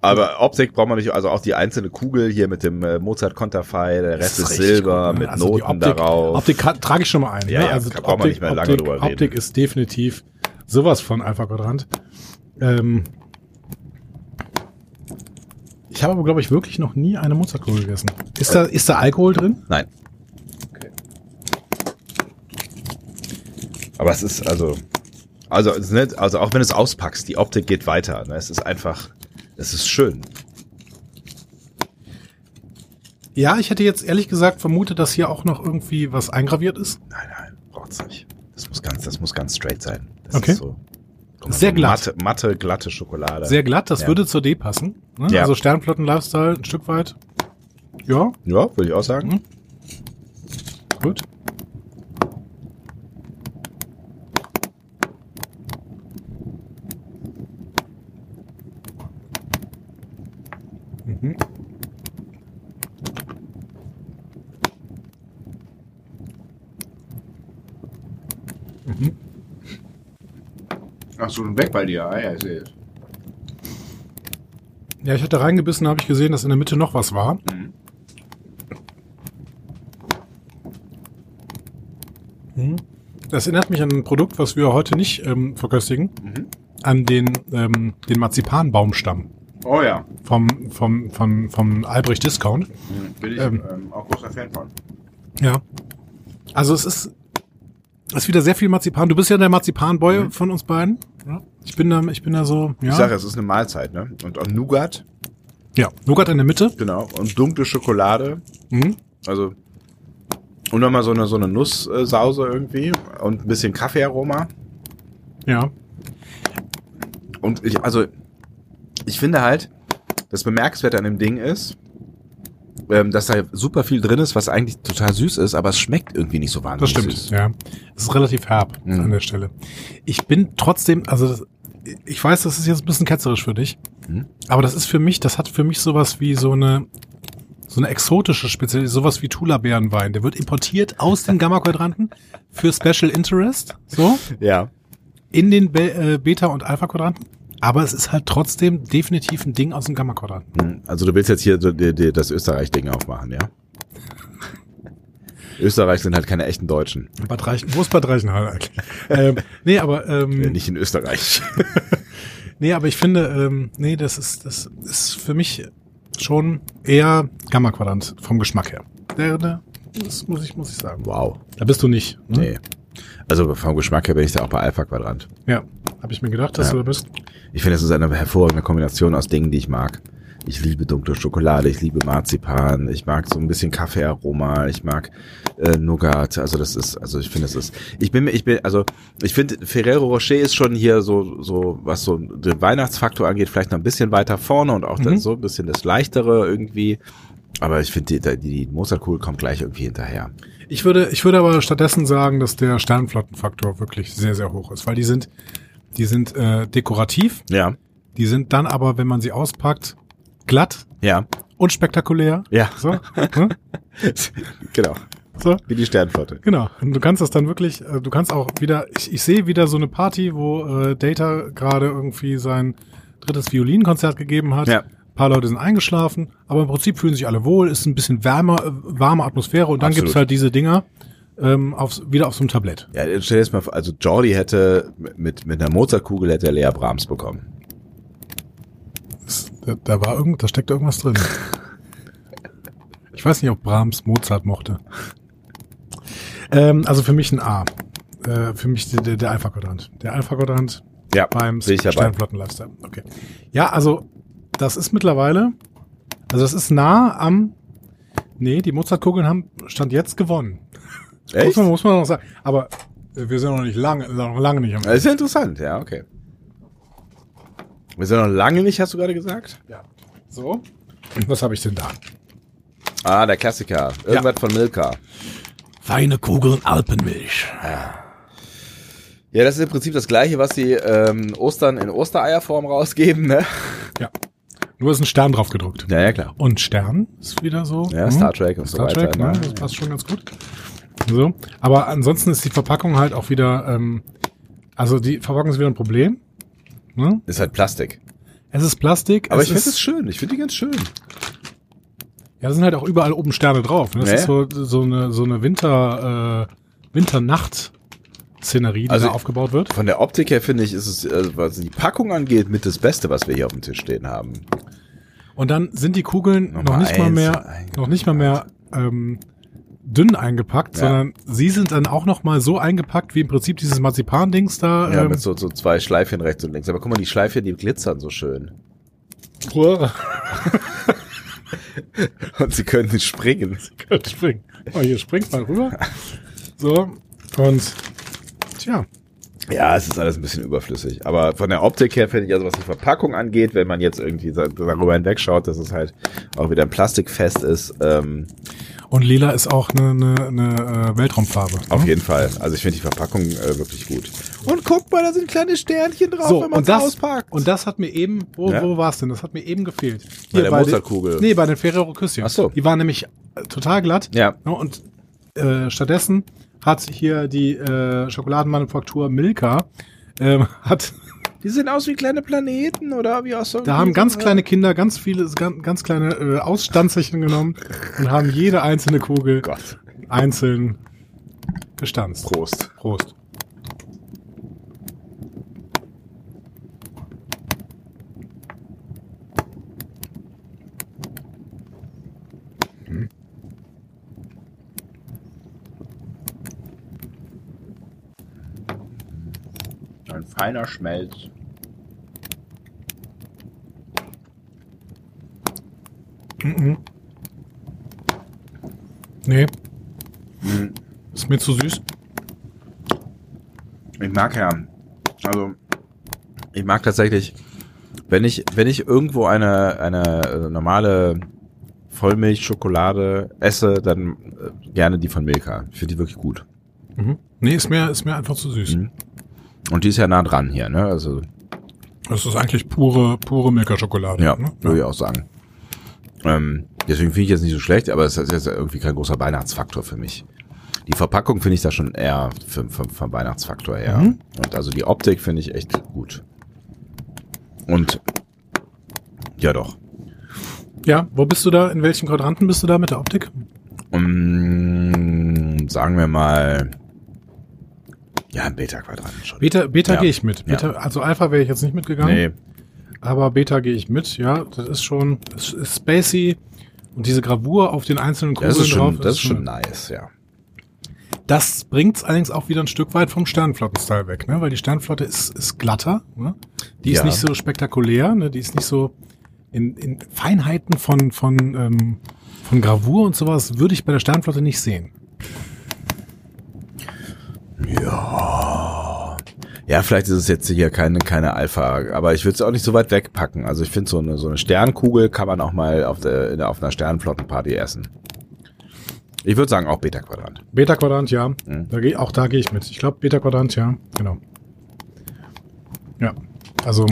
Speaker 1: Aber Optik braucht man nicht, also auch die einzelne Kugel hier mit dem äh, Mozart-Konterfei, der
Speaker 2: Das
Speaker 1: Rest ist,
Speaker 2: richtig
Speaker 1: Silber
Speaker 2: gut, ne?
Speaker 1: mit
Speaker 2: Also die
Speaker 1: Noten
Speaker 2: Optik,
Speaker 1: darauf.
Speaker 2: Optik kann, trage ich schon mal ein.
Speaker 1: Ja,
Speaker 2: ne?
Speaker 1: ja,
Speaker 2: also
Speaker 1: kann- braucht man nicht mehr lange
Speaker 2: Optik,
Speaker 1: drüber reden.
Speaker 2: Optik ist definitiv sowas von Alpha Quadrant. Ähm, ich habe aber, glaube ich, wirklich noch nie eine Mozartkugel gegessen. Ist da, ist da Alkohol drin?
Speaker 1: Nein. Aber es ist also, also, es ist nicht, also auch wenn du es auspackst, die Optik geht weiter. Ne? Es ist einfach, es ist schön.
Speaker 2: Ja, ich hätte jetzt ehrlich gesagt vermutet, dass hier auch noch irgendwie was eingraviert ist.
Speaker 1: Nein, nein, braucht's nicht. Das muss ganz, das muss ganz straight sein. Das
Speaker 2: Okay.
Speaker 1: Ist so, guck mal,
Speaker 2: Sehr
Speaker 1: so
Speaker 2: glatt.
Speaker 1: Matte, matte, glatte Schokolade.
Speaker 2: Sehr glatt, das
Speaker 1: Ja.
Speaker 2: würde zur D passen. Ne?
Speaker 1: Ja.
Speaker 2: Also Sternflotten-Lifestyle ein Stück weit. Ja,
Speaker 1: Ja, würde ich auch
Speaker 2: Mhm.
Speaker 1: sagen.
Speaker 2: gut.
Speaker 4: Ach so, und weg bei dir. Ah, ja, ich sehe es.
Speaker 2: Ja, ich hatte reingebissen, habe ich gesehen, dass in der Mitte noch was war. Mhm. Das erinnert mich an ein Produkt, was wir heute nicht ähm, verköstigen,
Speaker 1: Mhm.
Speaker 2: an den, ähm, den Marzipanbaumstamm
Speaker 4: Oh ja,
Speaker 2: vom, vom, vom, vom Albrecht Discount.
Speaker 4: bin ich
Speaker 2: Ähm.
Speaker 4: ähm. auch großer Fan von.
Speaker 2: Ja. Also es ist, es ist wieder sehr viel Marzipan. Du bist ja der Marzipanboy von uns beiden. Ja. Ich bin da, ich bin da so, ja.
Speaker 1: Ich sage, es ist eine Mahlzeit, ne? Und auch Nougat,
Speaker 2: ja, Nougat in der Mitte.
Speaker 1: genau. Und dunkle Schokolade.
Speaker 2: Mhm.
Speaker 1: Also und nochmal so eine so eine Nusssause irgendwie und ein bisschen Kaffeearoma.
Speaker 2: Ja.
Speaker 1: Und ich, also, ich finde halt, das Bemerkenswerte an dem Ding ist, ähm, dass da super viel drin ist, was eigentlich total süß ist, aber es schmeckt irgendwie nicht so
Speaker 2: Das
Speaker 1: wahnsinnig
Speaker 2: stimmt,
Speaker 1: süß.
Speaker 2: ja. Es ist relativ herb
Speaker 1: Mhm.
Speaker 2: an der Stelle. Ich bin trotzdem, also das, ich weiß, das ist jetzt ein bisschen ketzerisch für dich,
Speaker 1: Mhm.
Speaker 2: aber das ist für mich, das hat für mich sowas wie so eine so eine exotische Spezielle, sowas wie Tula-Bärenwein. Der wird importiert aus dem Gamma-Quadranten für Special Interest, so,
Speaker 1: Ja.
Speaker 2: in den Be äh, Beta- und Alpha-Quadranten. Aber es ist halt trotzdem definitiv ein Ding aus dem Gamma-Quadranten.
Speaker 1: Hm, Also du willst jetzt hier so die, die, das Österreich-Ding aufmachen, ja? Österreich sind halt keine echten Deutschen.
Speaker 2: Bad Reichen, wo ist Bad Reichenhall eigentlich? ähm, nee, aber... Ähm,
Speaker 1: Äh, Nicht in Österreich.
Speaker 2: Nee, aber ich finde, ähm, nee, das ist, das ist für mich schon eher Gamma-Quadrant vom Geschmack her. Der, der, das muss ich, muss ich sagen.
Speaker 1: Wow.
Speaker 2: Da bist du nicht. Ne?
Speaker 1: Nee. Also vom Geschmack her bin ich da auch bei Alpha Quadrant.
Speaker 2: Ja, habe ich mir gedacht, dass
Speaker 1: Ja.
Speaker 2: du da bist.
Speaker 1: Ich finde, es ist eine hervorragende Kombination aus Dingen, die ich mag. Ich liebe dunkle Schokolade, ich liebe Marzipan, ich mag so ein bisschen Kaffeearoma, ich mag äh, Nougat. Also das ist, also ich finde, es ist. Ich bin mir, ich bin, also ich finde, Ferrero Rocher ist schon hier so, so was so den Weihnachtsfaktor angeht, vielleicht noch ein bisschen weiter vorne und auch dann so ein bisschen das Leichtere irgendwie. Aber ich finde, die, die, die Mozartkugel kommt gleich irgendwie hinterher.
Speaker 2: Ich würde, ich würde aber stattdessen sagen, dass der Sternflottenfaktor wirklich sehr, sehr hoch ist, weil die sind, die sind äh, dekorativ,
Speaker 1: Ja,
Speaker 2: die sind dann aber, wenn man sie auspackt, glatt
Speaker 1: ja,
Speaker 2: und spektakulär.
Speaker 1: ja,
Speaker 2: So, ne?
Speaker 1: genau.
Speaker 2: so.
Speaker 1: Wie die Sternflotte.
Speaker 2: Genau. Und du kannst das dann wirklich, äh, du kannst auch wieder, ich, ich sehe wieder so eine Party, wo äh, Data gerade irgendwie sein, drittes Violinkonzert gegeben hat.
Speaker 1: Ja.
Speaker 2: Ein paar Leute sind eingeschlafen, aber im Prinzip fühlen sich alle wohl, ist ein bisschen wärmer, äh, warme Atmosphäre und dann
Speaker 1: Absolut.
Speaker 2: gibt's halt diese Dinger ähm, aufs, wieder auf so einem Tablett.
Speaker 1: Ja, stell dir das mal vor, also Jordi hätte mit, mit einer Mozartkugel hätte er Lea Brahms bekommen.
Speaker 2: Das, da, da war irgend, da steckt irgendwas drin. Ich weiß nicht, ob Brahms Mozart mochte. Ähm, also für mich ein A. Äh, für mich der, der- der Alpha-Quadrant. Der Alpha-Quadrant
Speaker 1: Ja,
Speaker 2: beim
Speaker 1: sehe ich ja bei.
Speaker 2: Sternflotten-Lifestyle. Okay. Ja, also das ist mittlerweile, also das ist nah am, nee, die Mozartkugeln haben Stand jetzt gewonnen. Muss
Speaker 1: Echt?
Speaker 2: man, muss man noch sagen. Aber äh, wir sind noch nicht lange, noch lange nicht am
Speaker 1: Das ist ja interessant, ja, okay. Wir sind noch lange nicht, hast du gerade gesagt?
Speaker 2: Ja. So, was habe ich denn da?
Speaker 1: Ah, der Klassiker. Irgendwas von Milka.
Speaker 2: Feine Kugeln Alpenmilch.
Speaker 1: Ja, das ist im Prinzip das gleiche, was sie ähm, Ostern in Ostereierform rausgeben, ne?
Speaker 2: Ja. Nur ist ein Stern drauf gedruckt.
Speaker 1: Ja, ja, klar.
Speaker 2: Und Stern ist wieder so.
Speaker 1: Ja,
Speaker 2: hm,
Speaker 1: Star Trek und
Speaker 2: Star
Speaker 1: so
Speaker 2: Trek,
Speaker 1: weiter.
Speaker 2: ne? Das
Speaker 1: ne?
Speaker 2: passt schon ganz gut. So. Aber ansonsten ist die Verpackung halt auch wieder, ähm, also die Verpackung ist wieder ein Problem. Ne?
Speaker 1: Ist halt Plastik.
Speaker 2: Es ist Plastik.
Speaker 1: Aber
Speaker 2: es
Speaker 1: ich
Speaker 2: ist,
Speaker 1: finde es schön. Ich finde die ganz schön.
Speaker 2: Ja, da sind halt auch überall oben Sterne drauf. Ne? Das
Speaker 1: Ja,
Speaker 2: ist so, so eine, so eine Winter, äh, Winternacht-Szenerie, die
Speaker 1: Also-
Speaker 2: da aufgebaut wird.
Speaker 1: Von der Optik her finde ich, ist es, äh, was die Packung angeht, mit das Beste, was wir hier auf dem Tisch stehen haben.
Speaker 2: Und dann sind die Kugeln
Speaker 1: Nochmal
Speaker 2: noch nicht mal
Speaker 1: eins
Speaker 2: mehr,
Speaker 1: eingepackt.
Speaker 2: noch nicht mal mehr ähm, dünn eingepackt,
Speaker 1: Ja.
Speaker 2: sondern sie sind dann auch noch mal so eingepackt wie im Prinzip dieses Marzipan-Dings da.
Speaker 1: Ja,
Speaker 2: ähm,
Speaker 1: mit so, so zwei Schleifchen rechts und links. Aber guck mal, die Schleifchen, die glitzern so schön.
Speaker 2: Uah,
Speaker 1: Und sie können springen.
Speaker 2: Gott, springen. Oh, hier springt mal rüber. So und tja,
Speaker 1: Ja, es ist alles ein bisschen überflüssig. Aber von der Optik her finde ich, also was die Verpackung angeht, wenn man jetzt irgendwie da- darüber hinwegschaut, dass es halt auch wieder ein Plastikfest ist, ähm,
Speaker 2: und lila ist auch eine, eine, eine äh, Weltraumfarbe.
Speaker 1: auf
Speaker 2: ne?
Speaker 1: jeden Fall. Also ich finde die Verpackung äh, wirklich gut. Und guck mal, da sind kleine Sternchen drauf,
Speaker 2: So
Speaker 1: wenn man
Speaker 2: und
Speaker 1: es
Speaker 2: das
Speaker 1: auspackt.
Speaker 2: und das hat mir eben wo
Speaker 1: Ja.
Speaker 2: wo war's denn? Das hat mir eben gefehlt.
Speaker 1: Bei der
Speaker 2: den-
Speaker 1: Mozartkugel.
Speaker 2: Nee, bei den Ferrero Küsschen.
Speaker 1: Ach so.
Speaker 2: Die waren nämlich äh, total glatt.
Speaker 1: ja,
Speaker 2: Ja, und äh, stattdessen hat hier die äh, Schokoladenmanufaktur Milka, ähm, hat,
Speaker 1: die sehen aus wie kleine Planeten oder wie aus so.
Speaker 2: da haben ganz kleine Kinder ganz viele, ganz, ganz kleine äh, Ausstanzelchen genommen und haben jede einzelne Kugel
Speaker 1: Gott,
Speaker 2: einzeln gestanzt.
Speaker 1: Prost.
Speaker 2: Prost.
Speaker 4: Ein feiner Schmelz.
Speaker 2: Nee.
Speaker 1: Hm.
Speaker 2: Ist mir zu süß.
Speaker 1: Ich mag ja. Also, ich mag tatsächlich, wenn ich, wenn ich irgendwo eine, eine äh, normale Vollmilchschokolade esse, dann äh, gerne die von Milka. Ich finde die wirklich gut.
Speaker 2: Mhm. Nee, ist mir, ist mir einfach zu süß.
Speaker 1: Mhm. Und die ist ja nah dran hier, ne? Also,
Speaker 2: Das ist eigentlich pure, pure Milka-Schokolade.
Speaker 1: ja,
Speaker 2: ne?
Speaker 1: würde ich auch sagen. Ähm, deswegen finde ich jetzt nicht so schlecht, aber es ist jetzt irgendwie kein großer Weihnachtsfaktor für mich. Die Verpackung finde ich da schon eher vom, vom, vom Weihnachtsfaktor her.
Speaker 2: Mhm.
Speaker 1: Und also die Optik finde ich echt gut. Und ja doch.
Speaker 2: ja, wo bist du da? In welchem Quadranten bist du da mit der Optik?
Speaker 1: Um, sagen wir mal. Ja, ein Beta-Quadranten schon.
Speaker 2: Beta, Beta
Speaker 1: Ja.
Speaker 2: gehe ich mit.
Speaker 1: Ja.
Speaker 2: Beta, Also Alpha wäre ich jetzt nicht mitgegangen.
Speaker 1: Nee,
Speaker 2: Aber Beta gehe ich mit, ja. Das ist schon es ist spacey. Und diese Gravur auf den einzelnen Kugeln
Speaker 1: das ist
Speaker 2: drauf.
Speaker 1: schon, das ist schon
Speaker 2: das
Speaker 1: nice, ja.
Speaker 2: das bringt's allerdings auch wieder ein Stück weit vom Sternflotten-Style weg, ne? Weil die Sternflotte ist, ist glatter, ne? Die ist
Speaker 1: Ja.
Speaker 2: nicht so spektakulär, ne? Die ist nicht so in, in Feinheiten von, von, ähm, von Gravur und sowas würde ich bei der Sternflotte nicht sehen.
Speaker 1: Ja, vielleicht ist es jetzt hier keine, keine Alpha, aber ich würde es auch nicht so weit wegpacken. Also ich finde, so eine, so eine Sternkugel kann man auch mal auf, der, in der, auf einer Sternflottenparty essen. Ich würde sagen, auch Beta-Quadrant.
Speaker 2: Beta-Quadrant, ja.
Speaker 1: Mhm.
Speaker 2: Da geh, auch da gehe ich mit. Ich glaube, Beta-Quadrant, ja. Genau. Ja. Also,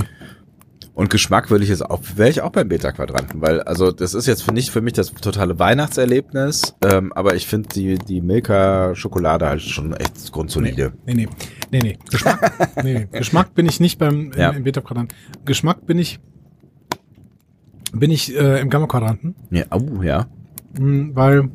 Speaker 1: Und Geschmack würde ich jetzt auch, wäre ich auch beim Beta-Quadranten, weil, also das ist jetzt für nicht für mich das totale Weihnachtserlebnis, ähm, aber ich finde die, die Milka-Schokolade halt schon echt grundsolide.
Speaker 2: Nee, nee. Nee, nee. Geschmack, nee, nee. Geschmack bin ich nicht beim
Speaker 1: Ja.
Speaker 2: im, im Beta-Quadranten. Geschmack bin ich bin ich äh, im Gamma-Quadranten,
Speaker 1: Ja, au, ja.
Speaker 2: Mm, weil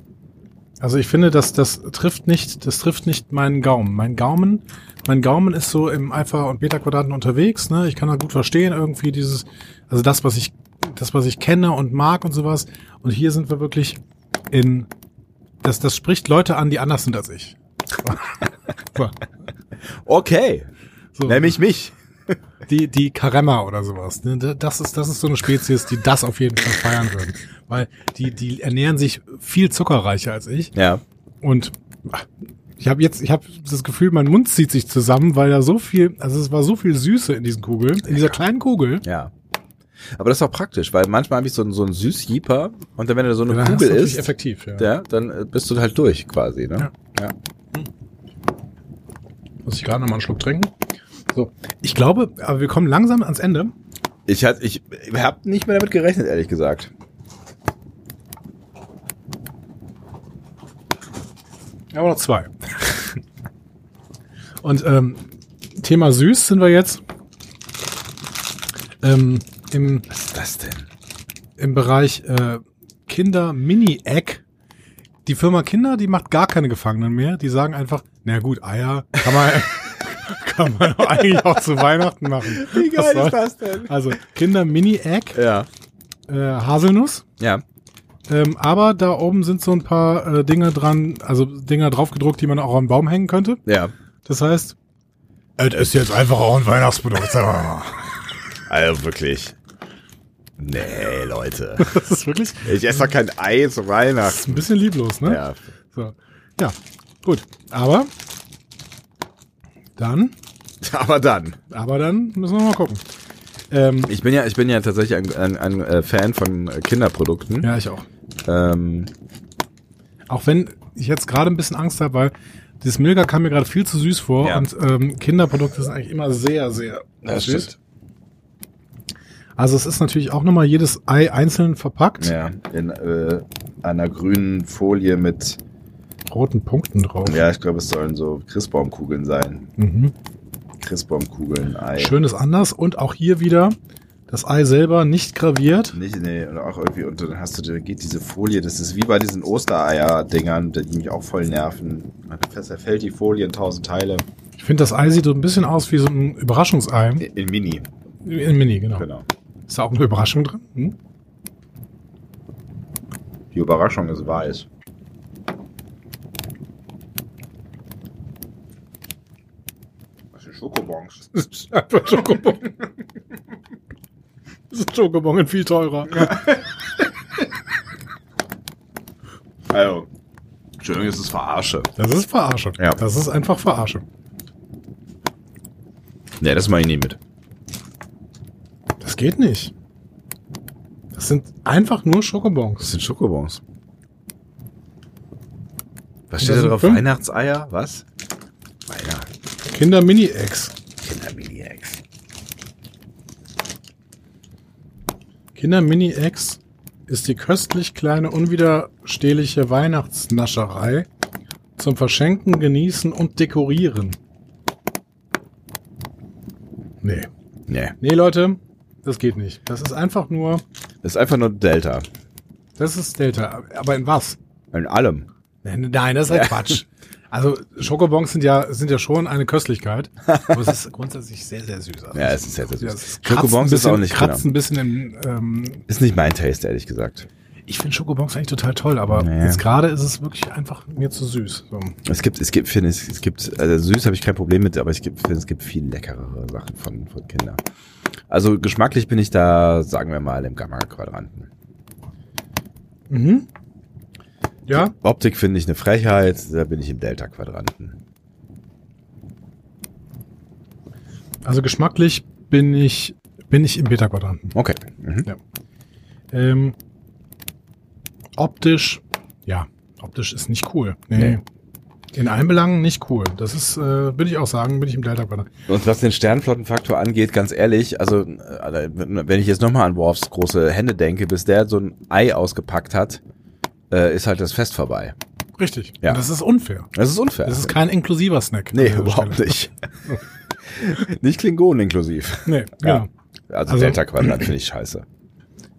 Speaker 2: also ich finde, dass das trifft nicht, das trifft nicht meinen Gaumen. Mein Gaumen, mein Gaumen ist so im Alpha- und Beta-Quadranten unterwegs. Ne, ich kann da gut verstehen irgendwie dieses, also das was ich das was ich kenne und mag und sowas. Und hier sind wir wirklich in das das spricht Leute an, die anders sind als ich.
Speaker 1: Okay,
Speaker 2: So.
Speaker 1: nämlich mich.
Speaker 2: die, die Karemma oder sowas. ne? D- Das ist, das ist so eine Spezies, die das auf jeden Fall feiern würden. Weil die, die ernähren sich viel zuckerreicher als ich.
Speaker 1: Ja.
Speaker 2: Und ach, ich habe jetzt, ich habe das Gefühl, mein Mund zieht sich zusammen, weil da so viel, also es war so viel Süße in diesen Kugeln, in dieser kleinen Kugel.
Speaker 1: Ja. Aber das ist auch praktisch, weil manchmal habe ich so einen, so einen Süßjeeper und dann, wenn er so eine
Speaker 2: Dann hast du
Speaker 1: Kugel
Speaker 2: natürlich
Speaker 1: ist,
Speaker 2: effektiv, ja.
Speaker 1: ja, dann äh, bist du halt durch quasi, ne? Ja.
Speaker 2: Muss ich gerade nochmal einen Schluck trinken. So. Ich glaube, aber wir kommen langsam ans Ende.
Speaker 1: Ich, hat, ich habe nicht mehr damit gerechnet, ehrlich gesagt.
Speaker 2: Ja, aber noch zwei. Und ähm, Thema süß sind wir jetzt ähm, im,
Speaker 1: Was ist das denn?
Speaker 2: im Bereich äh, Kinder Mini-Egg. Die Firma Kinder, die macht gar keine Gefangenen mehr. Die sagen einfach, na gut, Eier kann man, kann man doch eigentlich auch zu Weihnachten machen.
Speaker 1: Wie
Speaker 2: Was
Speaker 1: geil
Speaker 2: soll-
Speaker 1: ist das denn?
Speaker 2: Also Kinder Mini-Egg,
Speaker 1: Ja.
Speaker 2: äh, Haselnuss.
Speaker 1: Ja.
Speaker 2: Ähm, aber da oben sind so ein paar äh, Dinge dran, also Dinger draufgedruckt, die man auch am Baum hängen könnte.
Speaker 1: Ja.
Speaker 2: Das heißt, es ist jetzt einfach auch ein Weihnachtsprodukt. sag mal.
Speaker 1: Also wirklich. Nee, Leute.
Speaker 2: das ist wirklich
Speaker 1: Ich esse doch kein Ei zu
Speaker 2: das
Speaker 1: Weihnachten.
Speaker 2: ist ein bisschen lieblos, ne?
Speaker 1: Ja.
Speaker 2: So. ja, gut. Aber dann,
Speaker 1: Aber dann.
Speaker 2: aber dann müssen wir mal gucken. Ähm,
Speaker 1: Ich bin ja, ich bin ja tatsächlich ein, ein, ein äh, Fan von äh, Kinderprodukten.
Speaker 2: ja, ich auch.
Speaker 1: Ähm,
Speaker 2: Auch wenn ich jetzt gerade ein bisschen Angst habe, weil dieses Milka kam mir gerade viel zu süß vor
Speaker 1: Ja.
Speaker 2: und ähm, Kinderprodukte sind eigentlich immer sehr, sehr süß. Also es ist natürlich auch nochmal jedes Ei einzeln verpackt.
Speaker 1: Ja, in äh, einer grünen Folie mit,
Speaker 2: Roten Punkten drauf.
Speaker 1: ja, ich glaube, es sollen so Christbaumkugeln sein.
Speaker 2: Mhm.
Speaker 1: Christbaumkugeln, Ei.
Speaker 2: Schön ist anders und auch hier wieder das Ei selber nicht graviert.
Speaker 1: Nicht, nee, und auch irgendwie, und dann hast du, da geht diese Folie, das ist wie bei diesen Ostereier-Dingern, die mich auch voll nerven. Da zerfällt die Folie in tausend Teile.
Speaker 2: Ich finde, das Ei sieht so ein bisschen aus wie so ein Überraschungsei.
Speaker 1: In Mini,
Speaker 2: In Mini, genau.
Speaker 1: genau.
Speaker 2: Ist da auch eine Überraschung drin? Hm?
Speaker 1: Die Überraschung ist weiß.
Speaker 4: Das sind Schokobons.
Speaker 2: Das ist einfach Schokobon. Das ist Schokobon viel teurer.
Speaker 1: Also, Entschuldigung, es ist Verarsche.
Speaker 2: Das ist Verarsche.
Speaker 1: Ja.
Speaker 2: Das ist einfach Verarsche.
Speaker 1: Nee, das mache ich nie mit.
Speaker 2: Das geht nicht. Das sind einfach nur Schokobons.
Speaker 1: Das sind Schokobons. Was
Speaker 2: Und
Speaker 1: steht
Speaker 2: das
Speaker 1: da
Speaker 2: sind
Speaker 1: drauf?
Speaker 2: fünf?
Speaker 1: Weihnachtseier? Was? Weihnachten.
Speaker 2: Kinder Mini-Eggs.
Speaker 1: Kindermini-Eggs.
Speaker 2: Kinder Mini-Eggs ist die köstlich kleine, unwiderstehliche Weihnachtsnascherei zum Verschenken, Genießen und Dekorieren. Nee.
Speaker 1: Nee.
Speaker 2: Nee, Leute, das geht nicht. Das ist einfach nur,
Speaker 1: Das ist einfach nur Delta.
Speaker 2: das ist Delta. Aber in was?
Speaker 1: In allem.
Speaker 2: Nein, nein, das ist halt Quatsch. Also Schokobons sind ja, sind ja schon eine Köstlichkeit. Aber es ist grundsätzlich sehr, sehr süß. Also
Speaker 1: Ja, es ist sehr, sehr
Speaker 2: ja,
Speaker 1: süß.
Speaker 2: es kratzt
Speaker 1: Schokobons
Speaker 2: ein
Speaker 1: ist auch
Speaker 2: bisschen-
Speaker 1: nicht
Speaker 2: Kratzt
Speaker 1: genau.
Speaker 2: ein bisschen im, ähm,
Speaker 1: Ist nicht mein Taste, ehrlich gesagt.
Speaker 2: Ich finde Schokobons eigentlich total toll, aber
Speaker 1: Nee.
Speaker 2: jetzt gerade ist es wirklich einfach mir zu süß. So.
Speaker 1: Es gibt, es gibt, finde ich, es gibt, also süß habe ich kein Problem mit, aber ich gibt- finde, es gibt viel leckerere Sachen von, von Kindern. Also geschmacklich bin ich da, sagen wir mal, im Gamma-Quadranten.
Speaker 2: Mhm. Ja,
Speaker 1: Optik finde ich eine Frechheit, da bin ich im Delta-Quadranten.
Speaker 2: also geschmacklich bin ich, bin ich im Beta-Quadranten.
Speaker 1: Okay. Mhm.
Speaker 2: Ähm, optisch, ja, optisch ist nicht cool. Nee.
Speaker 1: Nee.
Speaker 2: In allen Belangen nicht cool. Das ist, äh, würde ich auch sagen, bin ich im Delta-Quadranten.
Speaker 1: Und was den Sternflottenfaktor angeht, ganz ehrlich, also äh, wenn ich jetzt nochmal an Worfs große Hände denke, bis der so ein Ei ausgepackt hat, äh, ist halt das Fest vorbei.
Speaker 2: Richtig.
Speaker 1: Ja.
Speaker 2: Und das ist unfair.
Speaker 1: Das ist unfair.
Speaker 2: Das ist kein inklusiver Snack.
Speaker 1: nee, überhaupt nicht. nicht Klingonen inklusiv.
Speaker 2: Nee,
Speaker 1: Ja.
Speaker 2: ja.
Speaker 1: Also,
Speaker 2: Also-
Speaker 1: Delta Quadrant finde ich scheiße.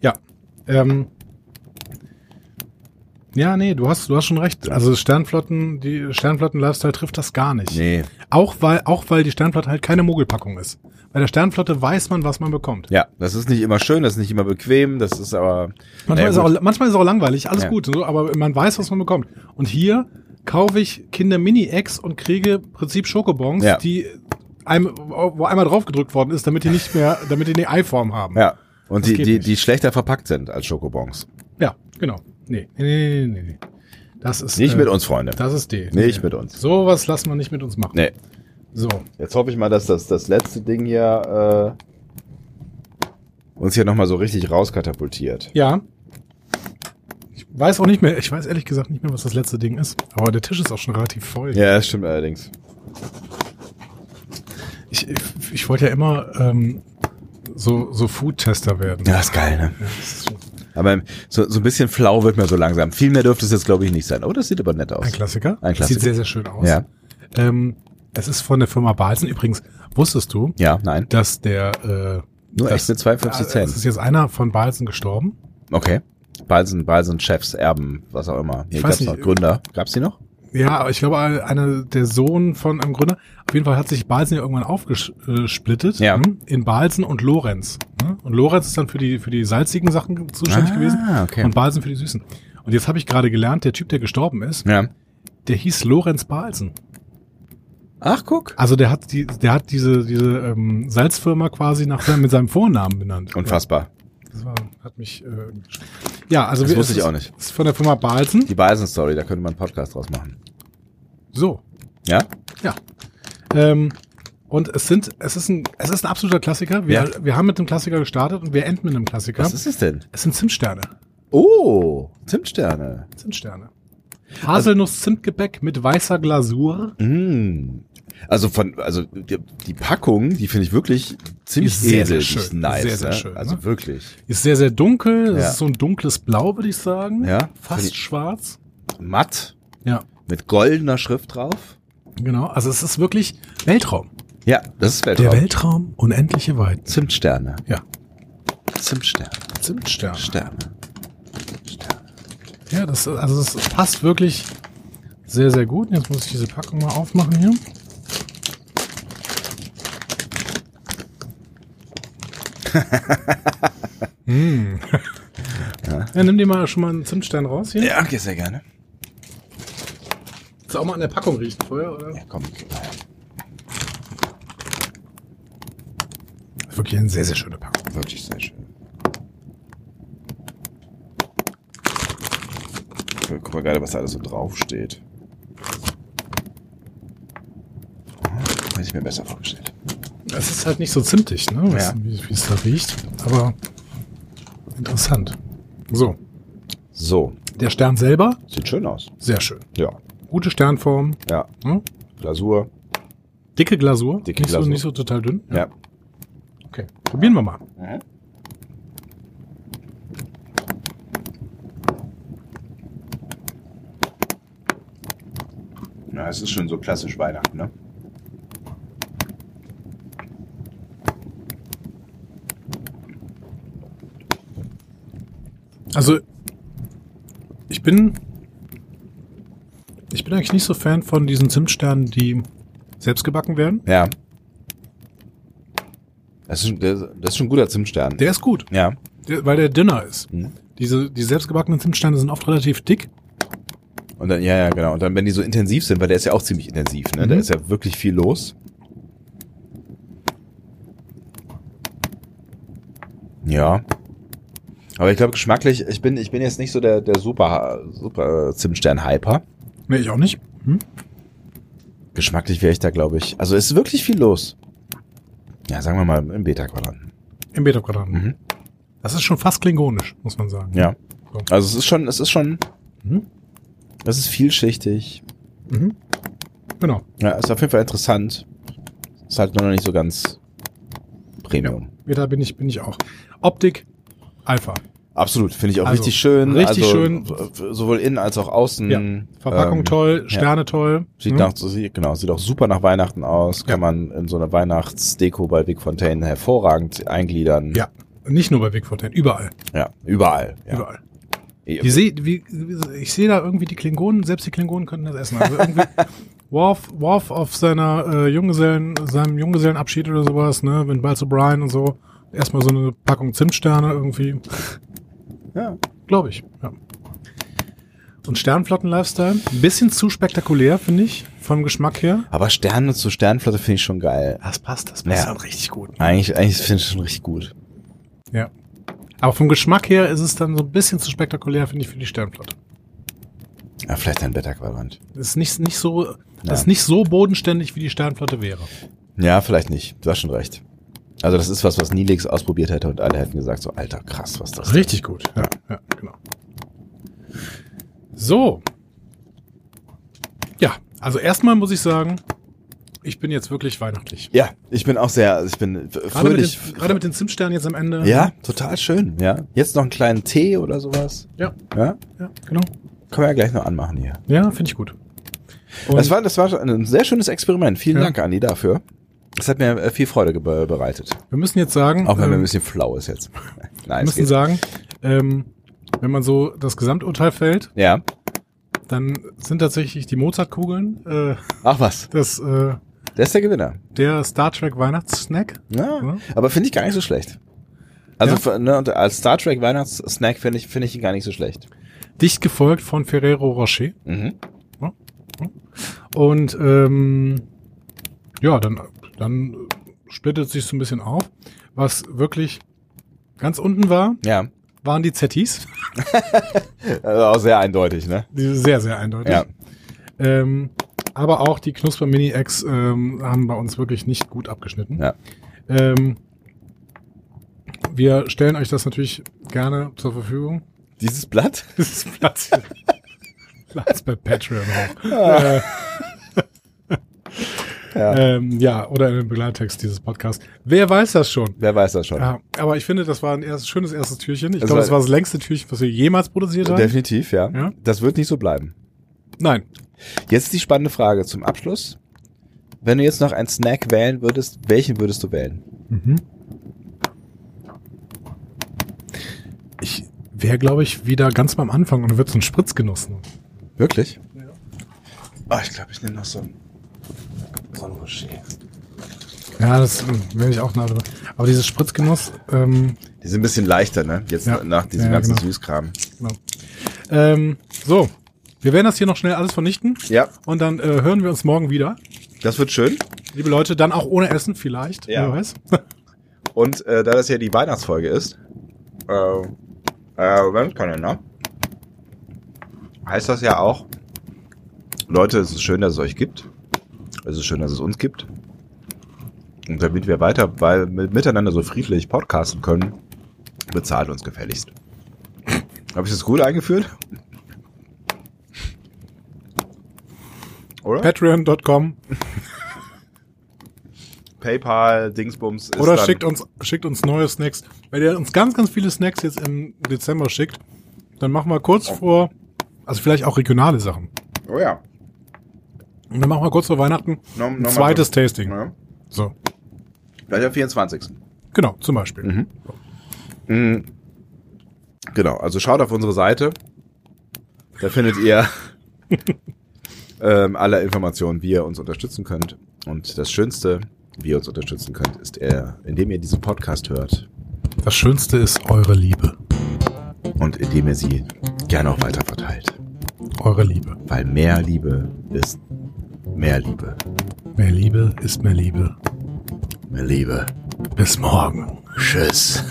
Speaker 2: Ja. Ähm, ja, nee, du hast, du hast schon recht. Also Sternflotten, die Sternflotten-Lifestyle trifft das gar nicht.
Speaker 1: Nee.
Speaker 2: Auch weil, auch weil die Sternflotte halt keine Mogelpackung ist. Bei der Sternflotte weiß man, was man bekommt.
Speaker 1: Ja, das ist nicht immer schön, das ist nicht immer bequem, das ist aber.
Speaker 2: Manchmal,
Speaker 1: Naja,
Speaker 2: ist, es
Speaker 1: gut.
Speaker 2: auch, manchmal ist es auch langweilig, alles
Speaker 1: Ja.
Speaker 2: gut, und so, aber man weiß, was man bekommt. Und hier kaufe ich Kinder Mini-Eggs und kriege im Prinzip Schokobons,
Speaker 1: Ja.
Speaker 2: die einem, wo einmal draufgedrückt worden ist, damit die nicht mehr, damit die eine Eiform haben.
Speaker 1: Ja. Und
Speaker 2: Das
Speaker 1: die,
Speaker 2: geht
Speaker 1: die,
Speaker 2: nicht.
Speaker 1: die schlechter verpackt sind als Schokobons.
Speaker 2: Ja, genau. Nee, nee, nee, nee, nee, nee. Das ist.
Speaker 1: Nicht
Speaker 2: äh,
Speaker 1: mit uns, Freunde.
Speaker 2: Das ist D.
Speaker 1: Nicht mit uns.
Speaker 2: Sowas lassen wir nicht mit uns machen.
Speaker 1: Nee.
Speaker 2: So.
Speaker 1: Jetzt hoffe ich mal, dass das, das letzte Ding hier äh, uns hier nochmal so richtig rauskatapultiert.
Speaker 2: Ja. Ich weiß auch nicht mehr, ich weiß ehrlich gesagt nicht mehr, was das letzte Ding ist. Aber der Tisch ist auch schon relativ voll.
Speaker 1: Ja, das stimmt allerdings.
Speaker 2: Ich, ich, ich wollte ja immer ähm, so, so Food-Tester werden.
Speaker 1: Ja, ist geil, ne? Aber so, so ein bisschen flau wird mir so langsam. Viel mehr dürfte es jetzt, glaube ich, nicht sein. Oh, das sieht aber nett aus.
Speaker 2: Ein Klassiker.
Speaker 1: Ein Klassiker.
Speaker 2: Sieht sehr, sehr schön aus.
Speaker 1: Ja.
Speaker 2: Ähm, es ist von der Firma Balsen. Übrigens, wusstest du,
Speaker 1: Ja, nein.
Speaker 2: dass der... Äh,
Speaker 1: Nur
Speaker 2: dass-
Speaker 1: echt mit 52 Cent.
Speaker 2: Es Ah, ist jetzt einer von Balsen gestorben.
Speaker 1: Okay. Balsen, Balsen, Chefs, Erben, was auch immer. Hier
Speaker 2: Ich weiß
Speaker 1: gab's noch
Speaker 2: nicht.
Speaker 1: Gründer. Gab's die noch?
Speaker 2: Ja, aber ich glaube, einer der Sohn von einem Gründer. Auf jeden Fall hat sich Balsen ja irgendwann aufgesplittet
Speaker 1: Ja.
Speaker 2: hm, in Balsen und Lorenz. hm? Und Lorenz ist dann für die, für die salzigen Sachen zuständig
Speaker 1: Ah,
Speaker 2: gewesen
Speaker 1: okay.
Speaker 2: und Balsen für die süßen. Und jetzt habe ich gerade gelernt, der Typ, der gestorben ist,
Speaker 1: Ja.
Speaker 2: der hieß Lorenz Balsen.
Speaker 1: Ach, guck.
Speaker 2: Also der hat die, der hat diese, diese ähm, Salzfirma quasi nach seinem, mit seinem Vornamen benannt.
Speaker 1: Unfassbar.
Speaker 2: Das war, hat mich. Äh, ja, also
Speaker 1: Das
Speaker 2: wir-
Speaker 1: wusste
Speaker 2: es
Speaker 1: ich
Speaker 2: ist-
Speaker 1: auch nicht.
Speaker 2: Ist von der Firma Balsen.
Speaker 1: Die Balsen-Story, da könnte man einen Podcast draus machen.
Speaker 2: So,
Speaker 1: Ja?
Speaker 2: Ja. Ähm, und es sind, es ist ein, es ist ein absoluter Klassiker. Wir,
Speaker 1: Ja.
Speaker 2: wir haben mit einem Klassiker gestartet und wir enden mit einem Klassiker.
Speaker 1: Was ist es denn?
Speaker 2: es sind Zimtsterne.
Speaker 1: Oh, Zimtsterne.
Speaker 2: Zimtsterne.
Speaker 1: Also-
Speaker 2: Haselnuss-Zimtgebäck mit weißer Glasur.
Speaker 1: Mm. Also von, also die, die Packung, die finde ich wirklich ziemlich
Speaker 2: Ist sehr,
Speaker 1: edel,
Speaker 2: sehr
Speaker 1: die ist
Speaker 2: schön.
Speaker 1: nice.
Speaker 2: Sehr, sehr
Speaker 1: ne?
Speaker 2: schön,
Speaker 1: also
Speaker 2: ne?
Speaker 1: wirklich.
Speaker 2: Ist sehr, sehr dunkel.
Speaker 1: Ja.
Speaker 2: Es ist so ein dunkles Blau, würde ich sagen.
Speaker 1: Ja.
Speaker 2: Fast
Speaker 1: Find ich-
Speaker 2: schwarz.
Speaker 1: Matt
Speaker 2: Ja.
Speaker 1: mit goldener Schrift drauf.
Speaker 2: Genau. Also es ist wirklich Weltraum.
Speaker 1: Ja, das ist
Speaker 2: Der
Speaker 1: Weltraum.
Speaker 2: Weltraum, unendliche Weiten.
Speaker 1: Zimtsterne.
Speaker 2: Ja.
Speaker 1: Zimtsterne.
Speaker 2: Zimtsterne.
Speaker 1: Sterne. Sterne.
Speaker 2: Ja, das, also das passt wirklich sehr, sehr gut. Jetzt muss ich diese Packung mal aufmachen hier. Hm. ja. nimm dir mal schon mal einen Zimtstein raus hier.
Speaker 1: Ja, okay, sehr gerne.
Speaker 2: Ist auch mal an der Packung riechen vorher, oder?
Speaker 1: Ja, komm.
Speaker 2: Wirklich eine sehr, sehr schöne Packung.
Speaker 1: Wirklich sehr schön. Guck mal gerade, was da alles so draufsteht. Hm, Hätte ich mir besser vorgestellt.
Speaker 2: Es ist halt nicht so zimtig, ne? Was,
Speaker 1: Ja.
Speaker 2: Wie wie es da riecht. Aber interessant. So,
Speaker 1: So,
Speaker 2: der Stern selber,
Speaker 1: sieht schön aus.
Speaker 2: sehr schön.
Speaker 1: Ja,
Speaker 2: Gute Sternform.
Speaker 1: ja.
Speaker 2: Ne?
Speaker 1: Glasur.
Speaker 2: Dicke Glasur.
Speaker 1: Dicke
Speaker 2: nicht
Speaker 1: Glasur.
Speaker 2: So, nicht so total dünn.
Speaker 1: Ja. Mhm.
Speaker 2: Okay, probieren wir mal.
Speaker 1: Na, es ist schon so klassisch Weihnachten, ne?
Speaker 2: Also, ich bin. Ich bin eigentlich nicht so Fan von diesen Zimtsternen, die selbst gebacken werden.
Speaker 1: Ja. Das ist, schon- das ist schon ein guter Zimtstern.
Speaker 2: Der ist gut,
Speaker 1: Ja.
Speaker 2: der, weil der dünner ist.
Speaker 1: Mhm.
Speaker 2: Diese, die selbstgebackenen Zimtsterne sind oft relativ dick.
Speaker 1: Und dann, ja, ja, genau. Und dann, wenn die so intensiv sind, weil der ist ja auch ziemlich intensiv, ne? Da
Speaker 2: Mhm.
Speaker 1: ist ja wirklich viel los. Ja. Aber ich glaube, geschmacklich, ich bin, ich bin jetzt nicht so der, der super, super Zimtstern-Hyper.
Speaker 2: Nee, ich auch nicht. Hm?
Speaker 1: Geschmacklich wäre ich da, glaube ich. Also es ist wirklich viel los. Ja, sagen wir mal im Beta-Quadranten.
Speaker 2: Im Beta-Quadranten.
Speaker 1: Mhm.
Speaker 2: Das ist schon fast klingonisch, muss man sagen.
Speaker 1: Ja.
Speaker 2: So.
Speaker 1: Also es ist schon, es ist schon,
Speaker 2: Mhm.
Speaker 1: es ist vielschichtig.
Speaker 2: Mhm. Genau.
Speaker 1: Ja, ist auf jeden Fall interessant. Ist halt noch nicht so ganz Premium.
Speaker 2: Ja, da bin ich, bin ich auch. Optik, Alpha.
Speaker 1: Absolut, finde ich auch
Speaker 2: Also,
Speaker 1: richtig schön.
Speaker 2: richtig
Speaker 1: also,
Speaker 2: schön.
Speaker 1: w- w- Sowohl innen als auch außen.
Speaker 2: Ja. Verpackung
Speaker 1: Ähm,
Speaker 2: toll, Sterne toll.
Speaker 1: Sieht
Speaker 2: ne?
Speaker 1: nach, so- sieht- genau, sieht auch super nach Weihnachten aus. Kann man in so einer Weihnachtsdeko bei Big Fontaine hervorragend eingliedern.
Speaker 2: Ja, nicht nur bei Big Fortin, überall,
Speaker 1: Ja, überall. Ja. E-
Speaker 2: überall.
Speaker 1: Ja.
Speaker 2: Die seh, wie, wie- ich sehe da irgendwie die Klingonen, selbst die Klingonen könnten das essen. Also irgendwie Worf, Worf auf seiner äh, Junggesellen, seinem Junggesellenabschied oder sowas, ne, wenn bald O'Brien und so, erstmal so eine Packung Zimtsterne irgendwie.
Speaker 1: Ja.
Speaker 2: Glaube ich, ja. Und Sternflotten-Lifestyle, ein bisschen zu spektakulär, finde ich, vom Geschmack her.
Speaker 1: Aber Sterne zu Sternflotte finde ich schon geil.
Speaker 2: Das passt, das
Speaker 1: passt
Speaker 2: auch
Speaker 1: auch
Speaker 2: richtig gut.
Speaker 1: Eigentlich, eigentlich finde ich schon richtig gut.
Speaker 2: Ja. Aber vom Geschmack her ist es dann so ein bisschen zu spektakulär, finde ich, für die Sternplatte.
Speaker 1: Ja, vielleicht ein Wetterquadrant.
Speaker 2: Das ist nicht, nicht so, das
Speaker 1: Ja.
Speaker 2: ist nicht so bodenständig, wie die Sternplatte wäre.
Speaker 1: Ja, vielleicht nicht. Du hast schon recht. Also das ist was, was Nilix ausprobiert hätte und alle hätten gesagt, so alter, krass, was das
Speaker 2: Richtig gut. Ja, ja genau. So. Ja, also erstmal muss ich sagen, ich bin jetzt wirklich weihnachtlich.
Speaker 1: Ja, ich bin auch sehr, also ich bin f-
Speaker 2: Gerade mit,
Speaker 1: fröhlich.
Speaker 2: den, gerade mit den Zimtsternen jetzt am Ende.
Speaker 1: Ja, total schön, ja. Jetzt noch einen kleinen Tee oder sowas.
Speaker 2: Ja,
Speaker 1: Ja,
Speaker 2: ja genau.
Speaker 1: können wir ja gleich noch anmachen hier.
Speaker 2: Ja, finde ich gut. Und
Speaker 1: Das war, das war ein sehr schönes Experiment. Vielen
Speaker 2: Ja.
Speaker 1: Dank, Andi, dafür. Es hat mir äh, viel Freude gebe- bereitet.
Speaker 2: wir müssen jetzt sagen,
Speaker 1: Auch wenn mir
Speaker 2: ähm,
Speaker 1: ein bisschen flau ist jetzt.
Speaker 2: wir
Speaker 1: Nein, es
Speaker 2: müssen
Speaker 1: geht.
Speaker 2: sagen, ähm, wenn man so das Gesamturteil fällt,
Speaker 1: Ja.
Speaker 2: dann sind tatsächlich die Mozartkugeln äh,
Speaker 1: Ach was,
Speaker 2: das äh,
Speaker 1: der ist der Gewinner.
Speaker 2: der Star Trek Weihnachtssnack.
Speaker 1: Ja.
Speaker 2: Ja.
Speaker 1: Aber finde ich gar nicht so schlecht. Also
Speaker 2: Ja.
Speaker 1: für, ne, und als Star Trek Weihnachtssnack finde ich, finde ich ihn gar nicht so schlecht.
Speaker 2: Dicht gefolgt von Ferrero Rocher.
Speaker 1: Mhm.
Speaker 2: Und ähm, ja, dann, dann splittet sich so ein bisschen auf. Was wirklich ganz unten war,
Speaker 1: Ja.
Speaker 2: waren die Zettis.
Speaker 1: Also auch sehr eindeutig, ne?
Speaker 2: Die sind Sehr, sehr eindeutig.
Speaker 1: Ja.
Speaker 2: Ähm, aber auch die Knusper Mini Eggs ähm, haben bei uns wirklich nicht gut abgeschnitten.
Speaker 1: Ja.
Speaker 2: Ähm, wir stellen euch das natürlich gerne zur Verfügung.
Speaker 1: Dieses Blatt?
Speaker 2: Das ist Platz. Platz bei Patreon auch. Äh,
Speaker 1: Ah. Ja.
Speaker 2: ähm, ja, oder in dem Begleittext dieses Podcasts. Wer weiß das schon?
Speaker 1: Wer weiß das schon.
Speaker 2: Ja, aber ich finde, das war ein erstes, schönes erstes Türchen. Ich
Speaker 1: Es
Speaker 2: glaube,
Speaker 1: war-
Speaker 2: das war das längste Türchen, was wir jemals produziert haben.
Speaker 1: Definitiv, ja.
Speaker 2: Ja.
Speaker 1: Das wird nicht so bleiben.
Speaker 2: Nein.
Speaker 1: Jetzt ist die spannende Frage zum Abschluss. Wenn du jetzt noch einen Snack wählen würdest, welchen würdest du wählen?
Speaker 2: Ich wäre, glaube ich, wieder ganz beim Anfang und würde so einen Spritz genossen.
Speaker 1: Wirklich?
Speaker 4: Ah, ich glaube, ich nehme noch so ein. So ein Rocher.
Speaker 2: Ja, das wäre ich auch nah drüber. Aber dieses Spritzgenuss, ähm,
Speaker 1: Die sind ein bisschen leichter, ne? Jetzt
Speaker 2: Ja. nach diesem Ja, ganzen genau.
Speaker 1: Süßkram.
Speaker 2: genau. ähm, so. Wir werden das hier noch schnell alles vernichten.
Speaker 1: Ja.
Speaker 2: Und dann äh, hören wir uns morgen wieder.
Speaker 1: Das wird schön.
Speaker 2: Liebe Leute, dann auch ohne Essen vielleicht.
Speaker 1: Ja.
Speaker 2: Wer weiß.
Speaker 1: Und äh, da das ja die Weihnachtsfolge ist, ähm,
Speaker 4: Äh, äh, Weltkalender.
Speaker 1: heißt das ja auch, Leute, es ist schön, dass es euch gibt. Es ist schön, dass es uns gibt. Und damit wir weiter weil, mit, miteinander so friedlich podcasten können, bezahlt uns gefälligst. Habe ich das gut eingeführt? Oder?
Speaker 2: Patreon.com
Speaker 1: PayPal, Dingsbums. Ist
Speaker 2: oder
Speaker 1: dann-
Speaker 2: schickt uns, schickt uns neue Snacks. Wenn ihr uns ganz, ganz viele Snacks jetzt im Dezember schickt, dann machen wir kurz
Speaker 1: Oh.
Speaker 2: vor, also vielleicht auch regionale Sachen.
Speaker 4: Oh ja.
Speaker 2: Und dann machen wir kurz vor Weihnachten
Speaker 4: No-
Speaker 2: ein
Speaker 4: noch mal
Speaker 2: zweites
Speaker 4: so-
Speaker 2: Tasting.
Speaker 4: Ja.
Speaker 2: So,
Speaker 1: Gleich am 24.
Speaker 2: genau, zum Beispiel.
Speaker 1: Mhm. Genau, also schaut auf unsere Seite. Da findet ihr ähm, alle Informationen, wie ihr uns unterstützen könnt. Und das Schönste, wie ihr uns unterstützen könnt, ist, eher, indem ihr diesen Podcast hört
Speaker 2: Das Schönste ist eure Liebe.
Speaker 1: und indem ihr sie gerne auch weiter verteilt.
Speaker 2: Eure Liebe.
Speaker 1: Weil mehr Liebe ist mehr Liebe.
Speaker 2: Mehr Liebe ist mehr Liebe.
Speaker 1: Mehr Liebe.
Speaker 2: Bis morgen.
Speaker 1: Tschüss.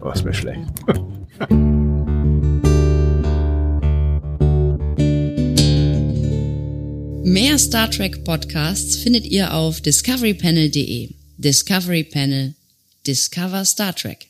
Speaker 1: Oh, ist mir schlecht.
Speaker 5: Mehr Star Trek Podcasts findet ihr auf discoverypanel.de. Discovery Panel. Discover Star Trek.